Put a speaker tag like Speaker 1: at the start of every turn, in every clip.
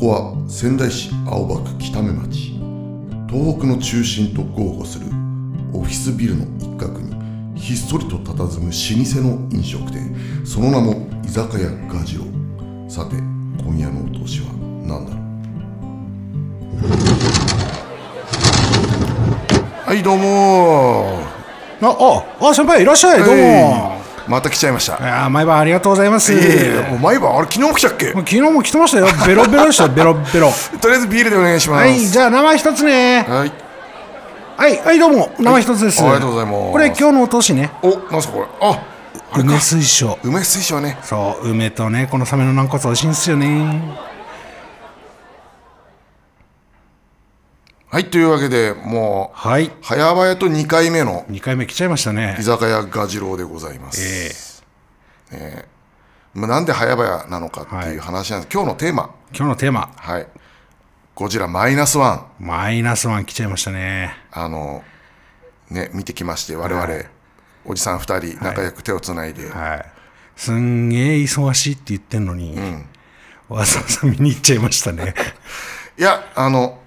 Speaker 1: こは仙台市青葉区北目町東北の中心と豪語するオフィスビルの一角にひっそりと佇む老舗の飲食店その名も居酒屋ガジロウさて今夜のお通しは何だろうはいどうも
Speaker 2: あ、あ、あ、先輩いらっしゃい、どうも。
Speaker 1: ーまた来ちゃいました
Speaker 2: あー毎晩ありがとうございます。
Speaker 1: いえいえもう毎晩あれ昨日来たっけ
Speaker 2: 昨日も来てましたよ。ベロベロで したよ、ベロベロ。
Speaker 1: とりあえずビールでお願いします
Speaker 2: はい、じゃあ生一つね。
Speaker 1: はい
Speaker 2: はい、はい、どうも。生一つです。
Speaker 1: はいありがとうございます
Speaker 2: これ今日のお通しね。
Speaker 1: おなんすかこれああれか
Speaker 2: 梅水晶。
Speaker 1: 梅水晶ね
Speaker 2: そう、梅とね、このサメの軟骨美味しいんですよね。
Speaker 1: はいというわけでもう
Speaker 2: はい。
Speaker 1: 早々と2回目の
Speaker 2: 2回目来ちゃいましたね
Speaker 1: 居。酒屋ガジロウでございます、
Speaker 2: ええ
Speaker 1: まあ、なんで早々なのかっていう話なんです、今日のテーマ
Speaker 2: 今日のテーマ、
Speaker 1: はいゴジラマイナスワン
Speaker 2: マイナスワン来ちゃいましたね。
Speaker 1: あのね見てきまして我々、おじさん2人仲良く手をつないで、
Speaker 2: はい。すんげえ忙しいって言ってんのに、わざわざ見に行っちゃいました ね。
Speaker 1: い、やあの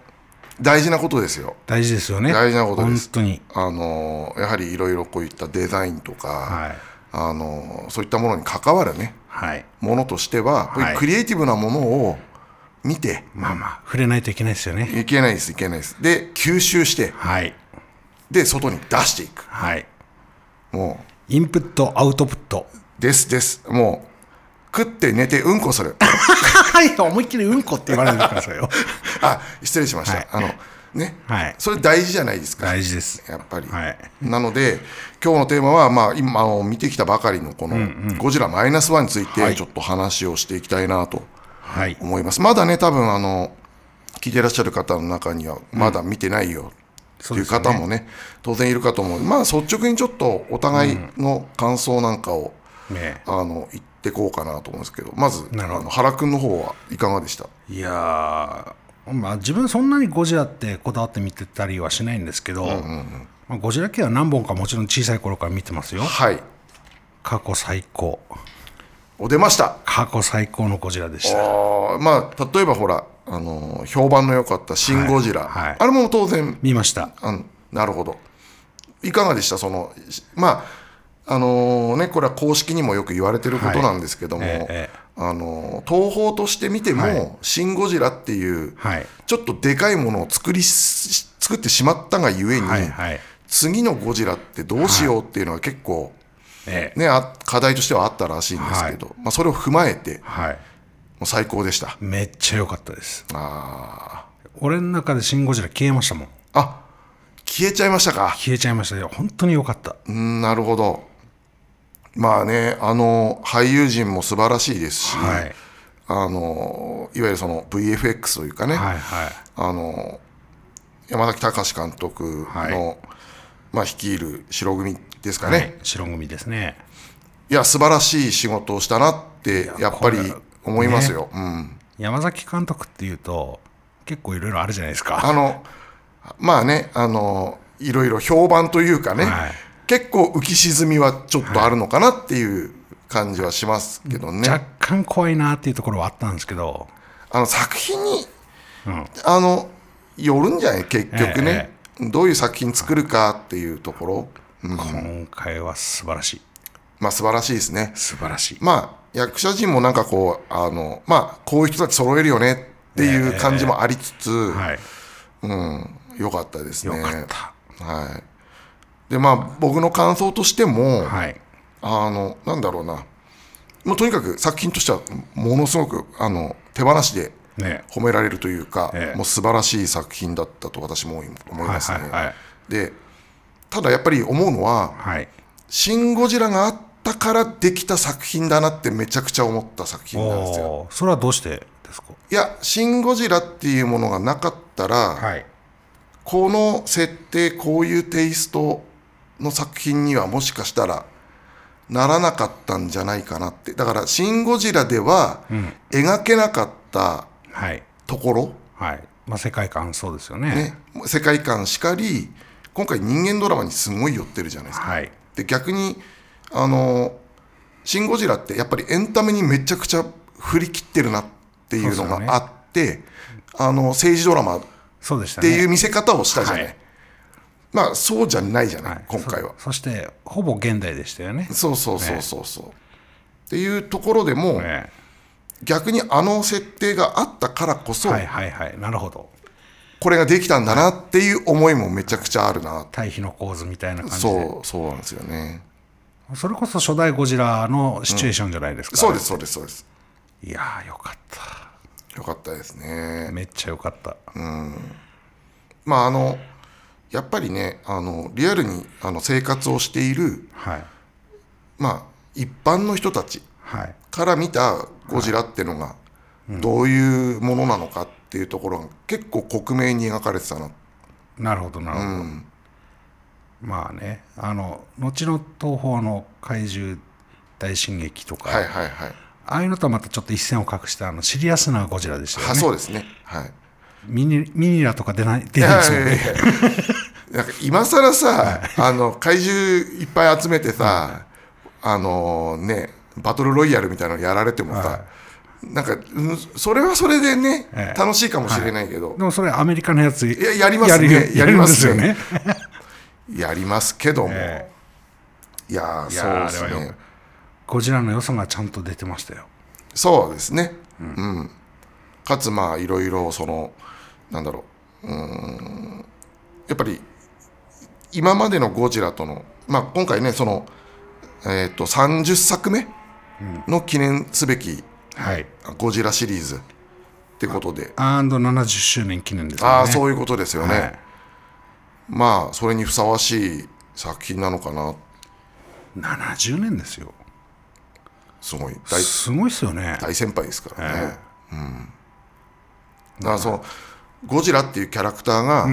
Speaker 1: 大事なことですよ
Speaker 2: 大事ですよね。
Speaker 1: 大事なことです
Speaker 2: 本当に。
Speaker 1: あのやはりいろいろこういったデザインとか、
Speaker 2: はい。
Speaker 1: あのそういったものに関わるね
Speaker 2: はい。
Speaker 1: ものとしては、こういう
Speaker 2: はい
Speaker 1: クリエイティブなものを見て
Speaker 2: まあまあ、触れないといけないですよね。
Speaker 1: いけないですいけないですで吸収して
Speaker 2: はい。
Speaker 1: で外に出していく
Speaker 2: はい。
Speaker 1: も
Speaker 2: インプット、アウトプット。
Speaker 1: うですですもう食って寝てうんこす る
Speaker 2: はい。思いっきりうんこって言わないでくださいよ。
Speaker 1: あ失礼しました、
Speaker 2: はい
Speaker 1: あのね、
Speaker 2: はい
Speaker 1: それ大事じゃないですか
Speaker 2: 大事です。
Speaker 1: やっぱり、
Speaker 2: はい。
Speaker 1: なので今日のテーマは、まあ、今あの見てきたばかりのこの「ゴジラマイナスワンについ
Speaker 2: は
Speaker 1: て
Speaker 2: い
Speaker 1: ちょっと話をしていきたいなと
Speaker 2: はい。
Speaker 1: 思います、まだね多分あの聞いてらっしゃる方の中にはまだ見てないよ、って
Speaker 2: そう
Speaker 1: い
Speaker 2: で
Speaker 1: う
Speaker 2: すよね
Speaker 1: 方もね当然いるかと思うまあ率直にちょっとお互いの感想なんかを、
Speaker 2: ね
Speaker 1: あの言ってこうかなと思うんですけどまず
Speaker 2: なるほど
Speaker 1: あの原くんの方はいかがでした
Speaker 2: いやー、まあ自分そんなにゴジラってこだわって見てたりはしないんですけど、まあゴジラ系は何本かもちろん小さい頃から見てますよ。
Speaker 1: はい
Speaker 2: 過去最高。
Speaker 1: お出ました
Speaker 2: 過去最高のゴジラでした。
Speaker 1: あーまあ例えばほらあの評判の良かった「シン・ゴジラ」
Speaker 2: はいはい
Speaker 1: あれも当然
Speaker 2: 見ました。
Speaker 1: あのなるほどいかがでしたそのしまああのねこれは公式にもよく言われてることなんですけども、
Speaker 2: はいええええ
Speaker 1: あの東宝として見ても、
Speaker 2: はい
Speaker 1: シン・ゴジラっていう、
Speaker 2: はい。
Speaker 1: ちょっとでかいものを作りし作ってしまったがゆえに、
Speaker 2: はいはい。
Speaker 1: 次のゴジラってどうしようっていうのは結構、
Speaker 2: ええ。
Speaker 1: ねあ課題としてはあったらしいんですけど、まあ、それを踏まえても
Speaker 2: はい。
Speaker 1: う最高でした
Speaker 2: めっちゃ良かったです。
Speaker 1: あ
Speaker 2: 俺の中でシン・ゴジラ消えましたもん。
Speaker 1: ーあ消えちゃいましたか
Speaker 2: 消えちゃいましたよ。本当に良かった。
Speaker 1: うんなるほどまあねあの俳優陣も素晴らしいですし、
Speaker 2: はい。
Speaker 1: あのいわゆるその VFX というかね、
Speaker 2: はいはい。
Speaker 1: あの山崎隆監督の、
Speaker 2: はい
Speaker 1: まあ、率いる白組ですかね、、
Speaker 2: はいい。白組ですね。
Speaker 1: や素晴らしい仕事をしたなってやっぱり
Speaker 2: これは
Speaker 1: 思いますよ、うん、
Speaker 2: 山崎監督っていうと、結構いろいろあるじゃないですか。
Speaker 1: あのまあねあのいろいろ評判というかね、
Speaker 2: はい
Speaker 1: 結構浮き沈みはちょっとあるのかなっていう感じはしますけどね、
Speaker 2: 若干怖いなっていうところはあったんですけど、
Speaker 1: あの作品に
Speaker 2: うん。
Speaker 1: あのよるんじゃない結局ね
Speaker 2: え、
Speaker 1: どういう作品作るかっていうところ、うん
Speaker 2: 今回は素晴らしい。
Speaker 1: まあ素晴らしいですね
Speaker 2: 素晴らしい。
Speaker 1: まあ、役者陣もなんかこう、あの、まあ、こういう人たち揃えるよねっていう感じもありつつ、
Speaker 2: はい。
Speaker 1: うん、良かったです
Speaker 2: 良
Speaker 1: ね。
Speaker 2: かった。
Speaker 1: はい。で、まあ、僕の感想としても、
Speaker 2: はい。
Speaker 1: あの、なんだろうな、もうとにかく作品としては、ものすごく、あの、手放しで
Speaker 2: ね。
Speaker 1: 褒められるというか、
Speaker 2: ええ
Speaker 1: もう素晴らしい作品だったと私も思いますね。
Speaker 2: はいはいはい
Speaker 1: で、ただやっぱり思うのは、
Speaker 2: はい。
Speaker 1: シン・ゴジラがあったからできた作品だなってめちゃくちゃ思った作品なんですよ。
Speaker 2: おーそれはどうしてですか
Speaker 1: いや、シン・ゴジラっていうものがなかったら、
Speaker 2: はい。
Speaker 1: この設定、こういうテイストの作品にはもしかしたらならなかったんじゃないかなって。だから、シン・ゴジラでは描けなかった
Speaker 2: はい。
Speaker 1: ところ、
Speaker 2: はい。まあ、世界観そうですよ
Speaker 1: ね
Speaker 2: ね。、
Speaker 1: 世界観しかり、今回人間ドラマにすごい寄ってるじゃないですか。
Speaker 2: はい。
Speaker 1: で、逆に、あの、シン・ゴジラってやっぱりエンタメにめちゃくちゃ振り切ってるなっていうのがあって、ってあの政治ドラマっ
Speaker 2: そうでした
Speaker 1: て
Speaker 2: ね
Speaker 1: いう見せ方をしたじゃない、
Speaker 2: はい
Speaker 1: まあそうじゃないじゃない、
Speaker 2: はい
Speaker 1: 今回は
Speaker 2: そそしてほぼ現代でしたよね
Speaker 1: そうそうそうそうそう、っていうところでも、
Speaker 2: え
Speaker 1: 逆にあの設定があったからこ
Speaker 2: え
Speaker 1: そ、
Speaker 2: はいはいはいなるほど
Speaker 1: これができたんだなっていう思いもめちゃくちゃあるな
Speaker 2: 対比の構図みたいな感じで
Speaker 1: そうそうなんですよね
Speaker 2: それこそ初代ゴジラのシチュエーションじゃないですか、
Speaker 1: そうですそうですそうです
Speaker 2: いやーよかっ
Speaker 1: よかったですね
Speaker 2: ためっちゃよかった、
Speaker 1: まああのやっぱりねあのリアルにあの生活をしている、
Speaker 2: はい
Speaker 1: まあ、一般の人たち
Speaker 2: はい
Speaker 1: から見たゴジラってのがどういうものなのかっていうところが結構克明に描かれてたな
Speaker 2: なるほどなるほど、まあねあの後の東宝の怪獣大進撃とか、
Speaker 1: はいはいはい、
Speaker 2: ああいうのとはまたちょっと一線を隠したあのシリアスなゴジラでしたよ
Speaker 1: あ
Speaker 2: ね
Speaker 1: そうですねはい
Speaker 2: ミニミニラとか出ない出
Speaker 1: い
Speaker 2: ない
Speaker 1: や
Speaker 2: です
Speaker 1: い
Speaker 2: よ
Speaker 1: や
Speaker 2: ね
Speaker 1: いやいやなんか今更さ、あの怪獣いっぱい集めてさ、あのね、バトルロイヤルみたいなのやられてもさ、
Speaker 2: は
Speaker 1: なんか、うんそれはそれでね、
Speaker 2: ええ
Speaker 1: 楽しいかもしれないけど、
Speaker 2: でもそれアメリカのやつ
Speaker 1: ややりますね
Speaker 2: やる
Speaker 1: や
Speaker 2: や
Speaker 1: り
Speaker 2: るん
Speaker 1: ま
Speaker 2: ですす
Speaker 1: ね
Speaker 2: よね
Speaker 1: やりますけども、
Speaker 2: え
Speaker 1: いやー
Speaker 2: いやー
Speaker 1: そう
Speaker 2: あ
Speaker 1: で
Speaker 2: れ
Speaker 1: す
Speaker 2: は
Speaker 1: ね
Speaker 2: よ。ゴジラの良さがちゃんと出てましたよ
Speaker 1: そうですね。うん。かつ、まあ、いろいろ、その、なんだろう。うーん。やっぱり、今までのゴジラとの、まあ、今回ね、その、えっ、と、30作目の記念すべき
Speaker 2: はい
Speaker 1: ゴジラシリーズってことで、
Speaker 2: アンド70周年記念ですよね
Speaker 1: ああー、そうういうことですよね。まあ、それにふさわしい作品なのかな。
Speaker 2: 70年ですよ
Speaker 1: すごい。大
Speaker 2: すごいですよね
Speaker 1: 大先輩ですからね、うん、だからそのゴジラっていうキャラクターが、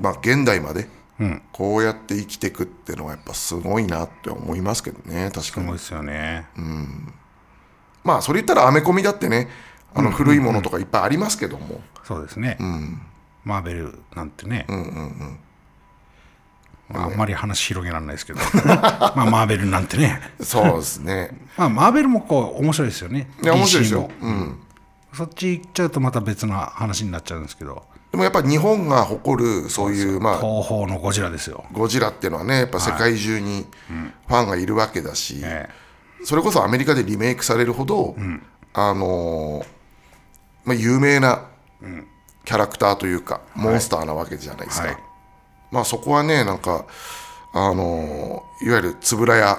Speaker 1: まあ、現代までこうやって生きてくっていうのはやっぱすごいなって思いますけどね確
Speaker 2: す
Speaker 1: かに、
Speaker 2: ごいですよね、
Speaker 1: まあそれ言ったらアメコミだってねあの古いものとかいっぱいありますけども、
Speaker 2: そうですね、マーベルなんてね、まあ、あんまり話広げられないですけど まあマーベルなんてね、
Speaker 1: そうですね
Speaker 2: まあ、マーベルもこう面白いですよね
Speaker 1: いや面白いですよ
Speaker 2: DC、もそっち行っちゃうとまた別の話になっちゃうんですけど
Speaker 1: でもやっぱ日本が誇るそういうまあ
Speaker 2: 東宝のゴジラですよ、
Speaker 1: ゴジラっていうのはねやっぱ世界中にファンがいるわけだし、
Speaker 2: え
Speaker 1: それこそアメリカでリメイクされるほど、あのーまあ、有名なキャラクターというか、モンスターなわけじゃないですか、
Speaker 2: はい
Speaker 1: まあ、そこはねなんか、あのーいわゆる円谷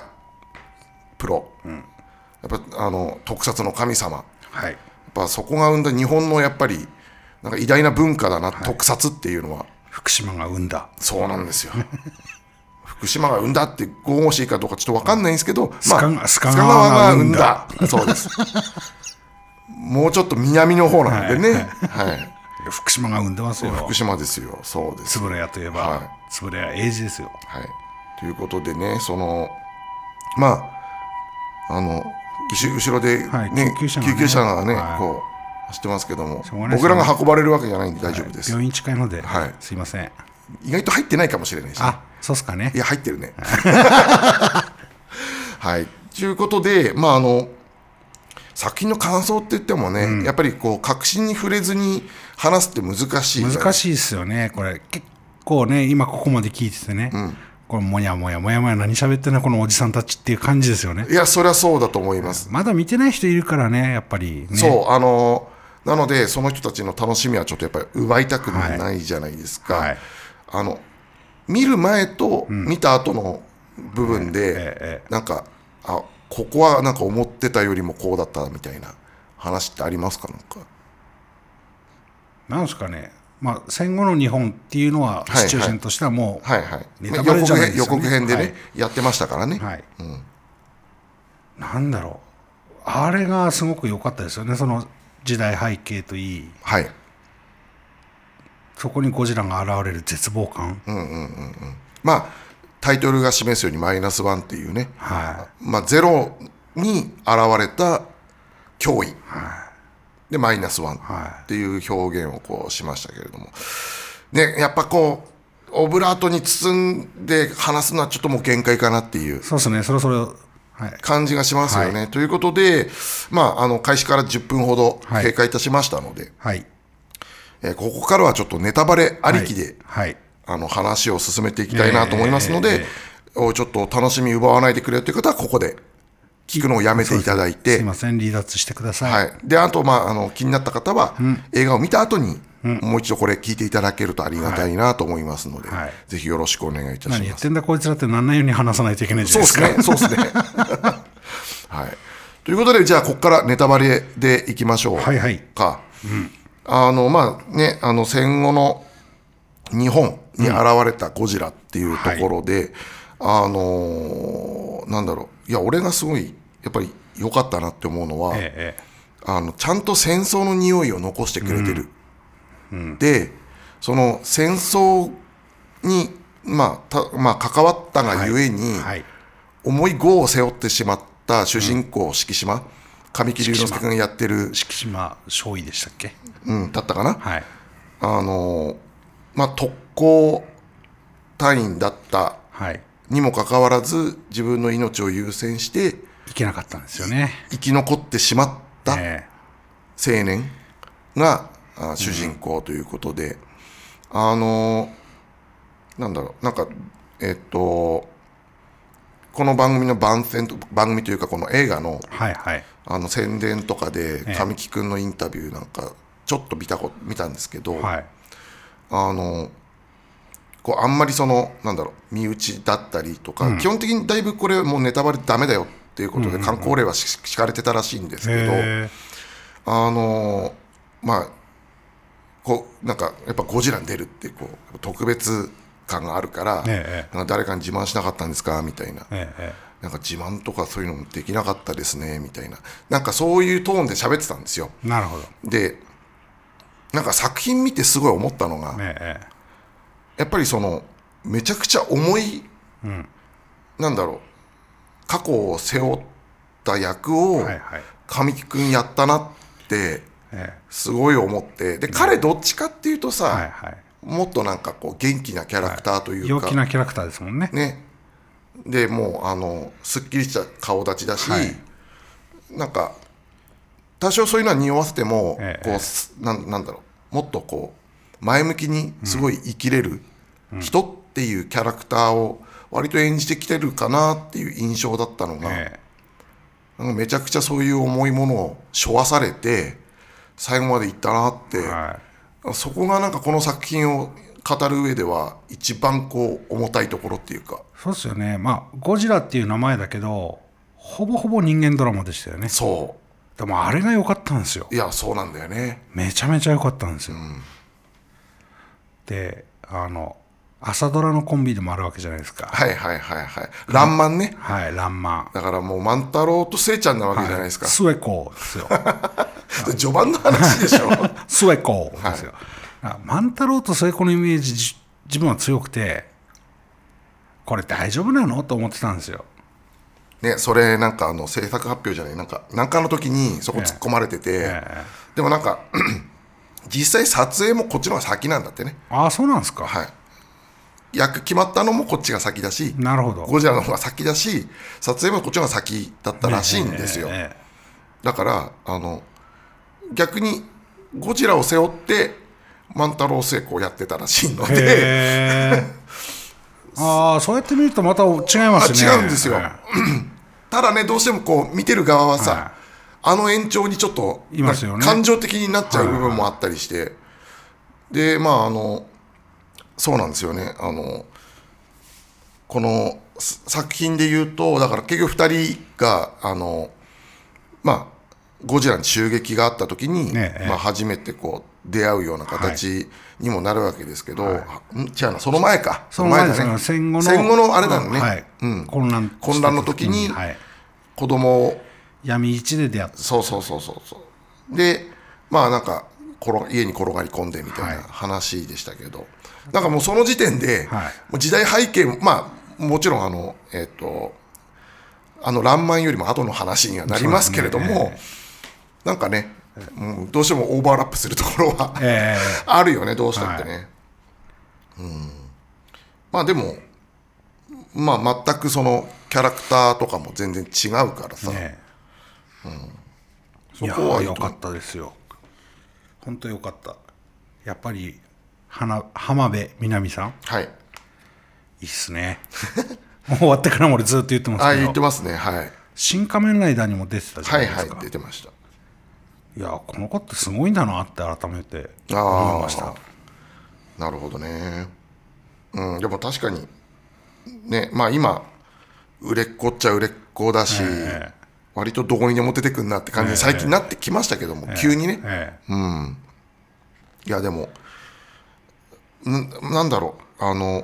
Speaker 1: プロ、やっぱあの特撮の神様や
Speaker 2: えはい
Speaker 1: っぱそこが生んだ日本のやっぱりなんか偉大な文化だな、特撮っていうのは
Speaker 2: 福島が生んだ
Speaker 1: そうなんですよ 福島が生んだって神々しいかどうかちょっと分かんないんですけど、
Speaker 2: 須賀が須賀
Speaker 1: 須賀川が生んだそうですもうちょっと南の方なんでね、はい、
Speaker 2: 福島が生んでますよ
Speaker 1: 福島ですよそうです、
Speaker 2: 円谷といえば、
Speaker 1: は
Speaker 2: 円谷英二ですよ
Speaker 1: はい、ということでねそのまああの後後ろで、ね
Speaker 2: はい救急車がね
Speaker 1: 救急車がね、
Speaker 2: はい
Speaker 1: こう走ってますけども
Speaker 2: ょうがないです
Speaker 1: 僕
Speaker 2: よ
Speaker 1: ら
Speaker 2: ね
Speaker 1: が運ばれるわけじゃないんで大丈夫です、
Speaker 2: 病院近いので、
Speaker 1: はい
Speaker 2: すいません
Speaker 1: 意外と入ってないかもしれないしね、
Speaker 2: あそうっすかね
Speaker 1: いや、入ってるね。 はい。ということで、まあ、あの、作品の感想って言ってもね、やっぱりこう、確信に触れずに話すって難しい。
Speaker 2: 難
Speaker 1: しい。
Speaker 2: しいですよねこれ結構ね今ここまで聞いててね、これもやもやもやもや何喋ってんのこのおじさんたちっていう感じですよね
Speaker 1: いや、そりゃそうだと思います。
Speaker 2: まだ見てない人いるからねやっぱりね
Speaker 1: そう、あの、なので、その人たちの楽しみはちょっとやっぱり奪いたくもないじゃないですか。
Speaker 2: はい
Speaker 1: あの、見る前と見た後の部分で、
Speaker 2: え
Speaker 1: なんか、あ、ここはなんか思ってたよりもこうだったみたいな話ってありますかなんか。
Speaker 2: なんですかねまあ戦後の日本っていうのは
Speaker 1: はい
Speaker 2: シチュエーションとしてはもう
Speaker 1: はいはい、
Speaker 2: ネ
Speaker 1: まあ
Speaker 2: タ
Speaker 1: 予
Speaker 2: バレじ
Speaker 1: 告
Speaker 2: ゃない
Speaker 1: 編
Speaker 2: ですよね
Speaker 1: 予告編でね、
Speaker 2: はい
Speaker 1: やってましたからね、
Speaker 2: はい、なんだろうあれがすごく良かったですよねその時代背景といい
Speaker 1: はい
Speaker 2: そこにゴジラが現れる絶望感、
Speaker 1: まあ、タイトルが示すようにマイナスワンっていうね、
Speaker 2: は
Speaker 1: まあ、ゼロに現れた脅威でマイナスワン
Speaker 2: は
Speaker 1: っていう表現をこうしましたけれども、ね、やっぱこうオブラートに包んで話すのはちょっともう限界かなっていう
Speaker 2: い、そうですねそろそろはい
Speaker 1: 感じがしますよね。ということで、まあ、あの、開始から10分ほど
Speaker 2: はい
Speaker 1: 経過いたしましたので、
Speaker 2: はい
Speaker 1: えーここからはちょっとネタバレありきで、
Speaker 2: はい
Speaker 1: あの、話を進めていきたいなと思いますので、おちょっと楽しみ奪わないでくれという方は、ここで聞くのをやめていただい
Speaker 2: す
Speaker 1: て
Speaker 2: い、ません離脱してください、
Speaker 1: はい。で、あと、まあ、あの、気になった方は、映画を見た後に、もう一度これ聞いていただけるとありがたいなと思いますので、
Speaker 2: はい
Speaker 1: ぜひよろしくお願いいたし
Speaker 2: 何言
Speaker 1: ま
Speaker 2: っ
Speaker 1: す。
Speaker 2: てんだこいつらってなんないように話さないといけないじゃ
Speaker 1: そう
Speaker 2: な
Speaker 1: で
Speaker 2: いです
Speaker 1: すね。
Speaker 2: か
Speaker 1: そうですね。はい。ということで、じゃあ、ここからネタバレでいきましょう。
Speaker 2: はいはい
Speaker 1: か。あの、まあ、ね、あの、戦後の日本に現れたゴジラっていうところで、あのーなんだろう。いや、俺がすごい、やっぱり良かったなって思うのは、
Speaker 2: ええ
Speaker 1: あのちゃんと戦争の匂いを残してくれてる、でその戦争に、まあたまあ、関わったがゆえに、
Speaker 2: ええはい
Speaker 1: 重い業を背負ってしまった主人公、敷島神木隆之介君がやってる、
Speaker 2: 敷島少尉でしたっけ
Speaker 1: うん、だったかな、
Speaker 2: はい
Speaker 1: あのまあ、特攻隊員だった
Speaker 2: はい
Speaker 1: にもかかわらず自分の命を優先して
Speaker 2: いけなかったんですよね
Speaker 1: 生き残ってしまった、
Speaker 2: え
Speaker 1: 青年があ主人公ということで、あのーなんだろうなんかえっとこの番組の番宣と番組というかこの映画の
Speaker 2: えはいはい
Speaker 1: あの宣伝とかで
Speaker 2: ええ
Speaker 1: 神木君のインタビューなんかちょっと見たこ見たんですけど、
Speaker 2: はい
Speaker 1: あのこうあんまりそのなんだろう身内だったりとか、基本的にだいぶこれもうネタバレダメだよっていうことで観光令はし敷かれてたらしいんですけど。
Speaker 2: ええ
Speaker 1: あのーまあこうなんかやっぱゴジラに出るってこう特別感があるから、
Speaker 2: ええ
Speaker 1: なんか誰かに自慢しなかったんですかみたいな
Speaker 2: ええ
Speaker 1: なんか自慢とかそういうのもできなかったですねみたいななんかそういうトーンで喋ってたんですよ
Speaker 2: ええなるほど
Speaker 1: でなんか作品見てすごい思ったのが、
Speaker 2: ええ
Speaker 1: やっぱりそのめちゃくちゃ重い、なんだろう過去を背負った役を
Speaker 2: はいはい
Speaker 1: 神木君やったなって
Speaker 2: え
Speaker 1: すごい思ってで彼どっちかっていうとさ、
Speaker 2: えはいはい
Speaker 1: もっとなんかこう元気なキャラクターという
Speaker 2: 陽
Speaker 1: か、
Speaker 2: 気なキャラクターですもんね
Speaker 1: ねでもうあのすっきりした顔立ちだし、
Speaker 2: はい
Speaker 1: なんか多少そういうのは匂わせても、
Speaker 2: ええ
Speaker 1: こうすなんなんだろうもっとこう前向きにすごい生きれる人っていうキャラクターを割と演じてきてるかなっていう印象だったのが、
Speaker 2: え
Speaker 1: なんかめちゃくちゃそういう重いものを背負わされて最後までいったなって、
Speaker 2: えは
Speaker 1: そこがなんかこの作品を語る上では一番こう重たいところっていうか
Speaker 2: いそうですよねまあゴジラっていう名前だけどほぼほぼ人間ドラマでしたよね
Speaker 1: そ
Speaker 2: でもあれが良かったんですよ
Speaker 1: ういやそうなんだよね
Speaker 2: めちゃめちゃ良かったんですよ、であの朝ドラのコンビでもあるわけじゃないですか
Speaker 1: はいはいはいはい「らんまん」ね
Speaker 2: はい「らんまん
Speaker 1: だからもう万太郎と聖ちゃんな」わけじゃないですか、
Speaker 2: スウェコーで すよ
Speaker 1: 序盤の話でしょ
Speaker 2: スウェコーですよ、あ万太郎とスウェコーのイメージじ自分は強くてこれ大丈夫なのと思ってたんですよ
Speaker 1: ねそれなんかあの制作発表じゃないなんかなんかの時にそこ突っ込まれてて、
Speaker 2: え
Speaker 1: でもなんか 実際撮影もこっちの方が先なんだってね
Speaker 2: ああそうなんですか、
Speaker 1: はい役決まったのもこっちが先だし
Speaker 2: なるほど
Speaker 1: ゴジラの方が先だし撮影もこっちの方が先だったらしいんですよ、
Speaker 2: ええええ
Speaker 1: だからあの逆にゴジラを背負って万太郎成功やってたらしいので、
Speaker 2: へえああそうやって見るとまた違いますね
Speaker 1: あ違うんですよ
Speaker 2: ええ
Speaker 1: ただねどうしてもこう見てる側はさ、
Speaker 2: は
Speaker 1: あの延長にちょっと
Speaker 2: いますよね
Speaker 1: 感情的になっちゃう部分もあったりして、でまああのそうなんですよねあのこのす作品で言うとだから結局2人があのまあゴジラに襲撃があった時に、
Speaker 2: ねえ
Speaker 1: まあ、初めてこう出会うような形にもなるわけですけど、ん違うなその前か
Speaker 2: その前です
Speaker 1: だ
Speaker 2: ね
Speaker 1: ね
Speaker 2: 戦後の
Speaker 1: 戦後のあれだよね、
Speaker 2: はい
Speaker 1: うん、
Speaker 2: 混乱
Speaker 1: 混乱の時に
Speaker 2: はい、
Speaker 1: 子供を
Speaker 2: 闇市で出会った
Speaker 1: そうそうそうそうそうでまあなんか転家に転がり込んでみたいな
Speaker 2: はい
Speaker 1: 話でしたけど、なんかもうその時点で、
Speaker 2: はい
Speaker 1: もう時代背景もまあもちろんあのえっ、とあの「らんまん」よりも後の話にはなりますけれども、
Speaker 2: そうで
Speaker 1: なんかね、うん、どうしてもオーバーラップするところは、
Speaker 2: ええ
Speaker 1: あるよねどうしたってね、うんまあでもまあ全くそのキャラクターとかも全然違うからさ、
Speaker 2: ね
Speaker 1: そ
Speaker 2: いや
Speaker 1: こはい
Speaker 2: ー
Speaker 1: いと
Speaker 2: よかったですよ本当よかったやっぱり花浜辺美波さん
Speaker 1: はい
Speaker 2: いいっ すねもう終わってからも俺ずっと言ってます
Speaker 1: あ
Speaker 2: け
Speaker 1: 言
Speaker 2: ど
Speaker 1: ってますねはい
Speaker 2: 新仮面ライダーにも出てたじゃ
Speaker 1: は
Speaker 2: ないいです
Speaker 1: は
Speaker 2: か、
Speaker 1: い出てました
Speaker 2: いやこの子ってすごいんだなって改めて
Speaker 1: あー
Speaker 2: 思いました
Speaker 1: なるほどねうんでも確かにねまあ今売れっ子っちゃ売れっ子だし、
Speaker 2: え
Speaker 1: 割とどこにでも出てくんなって感じに最近なってきましたけども、急にね、
Speaker 2: ええ
Speaker 1: いやでもんなんだろうあの